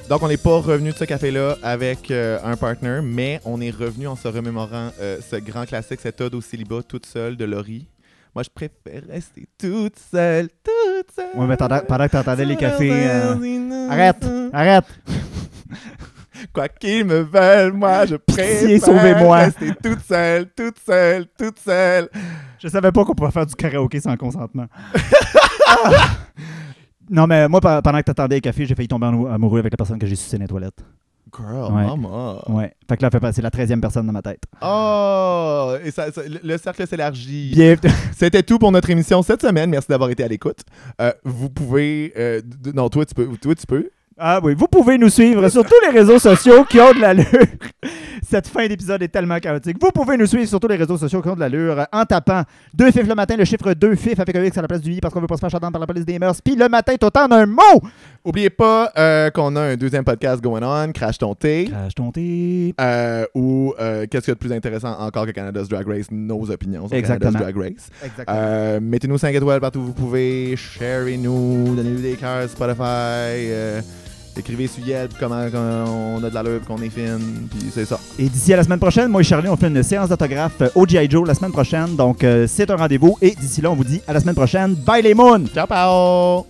G: Donc, on n'est pas revenu de ce café-là avec euh, un partner, mais on est revenu en se remémorant euh, ce grand classique, cette ode au célibat toute seule de Laurie. Moi, je préfère rester toute seule, toute seule.
F: Ouais, mais t'entends- pendant que t'entendais les cafés. euh, Arrête! Arrête!
G: Quoi qu'ils me veulent, moi je
F: Pitié,
G: préfère
F: sauvez-moi.
G: rester toute seule, toute seule, toute seule.
F: Je savais pas qu'on pouvait faire du karaoké sans consentement. Ah! Non, mais moi, pe- pendant que t'attendais le café, j'ai failli tomber en- amoureux avec la personne que j'ai sucé dans les toilettes.
G: Girl,
F: Ouais.
G: mama.
F: Ouais. Fait que là, fait pas- c'est la 13e personne dans ma tête.
G: Oh, et ça- ça- le- le cercle s'élargit.
F: Bien.
G: C'était tout pour notre émission cette semaine. Merci d'avoir été à l'écoute. Euh, vous pouvez... euh, d- non, toi tu peux. Toi tu peux.
F: Ah oui, vous pouvez nous suivre sur tous les réseaux sociaux qui ont de l'allure. Cette fin d'épisode est tellement chaotique. Vous pouvez nous suivre sur tous les réseaux sociaux qui ont de l'allure euh, en tapant 2 fif le matin, le chiffre 2 fif avec un X à la place du i parce qu'on veut pas se faire chardonner par la police des mœurs. Puis le matin, t'entends un mot!
G: Oubliez pas euh, qu'on a un deuxième podcast going on, Crash ton thé.
F: Crash ton thé.
G: Euh, ou euh, qu'est-ce qu'il y a de plus intéressant encore que Canada's Drag Race? Nos opinions sur
F: Exactement.
G: Canada's Drag Race.
F: Exactement.
G: Euh, Mettez-nous 5 étoiles partout où vous pouvez. Sharez-nous. Donnez-nous des cœurs sur Spotify. euh, écrivez sur Yelp comment, comment on a de la lube, qu'on est fine. Puis c'est ça.
F: Et d'ici à la semaine prochaine, moi et Charlie, on fait une séance d'autographe euh, au G.I. Joe la semaine prochaine. Donc, euh, c'est un rendez-vous. Et d'ici là, on vous dit à la semaine prochaine. Bye les moons!
G: Ciao, pao!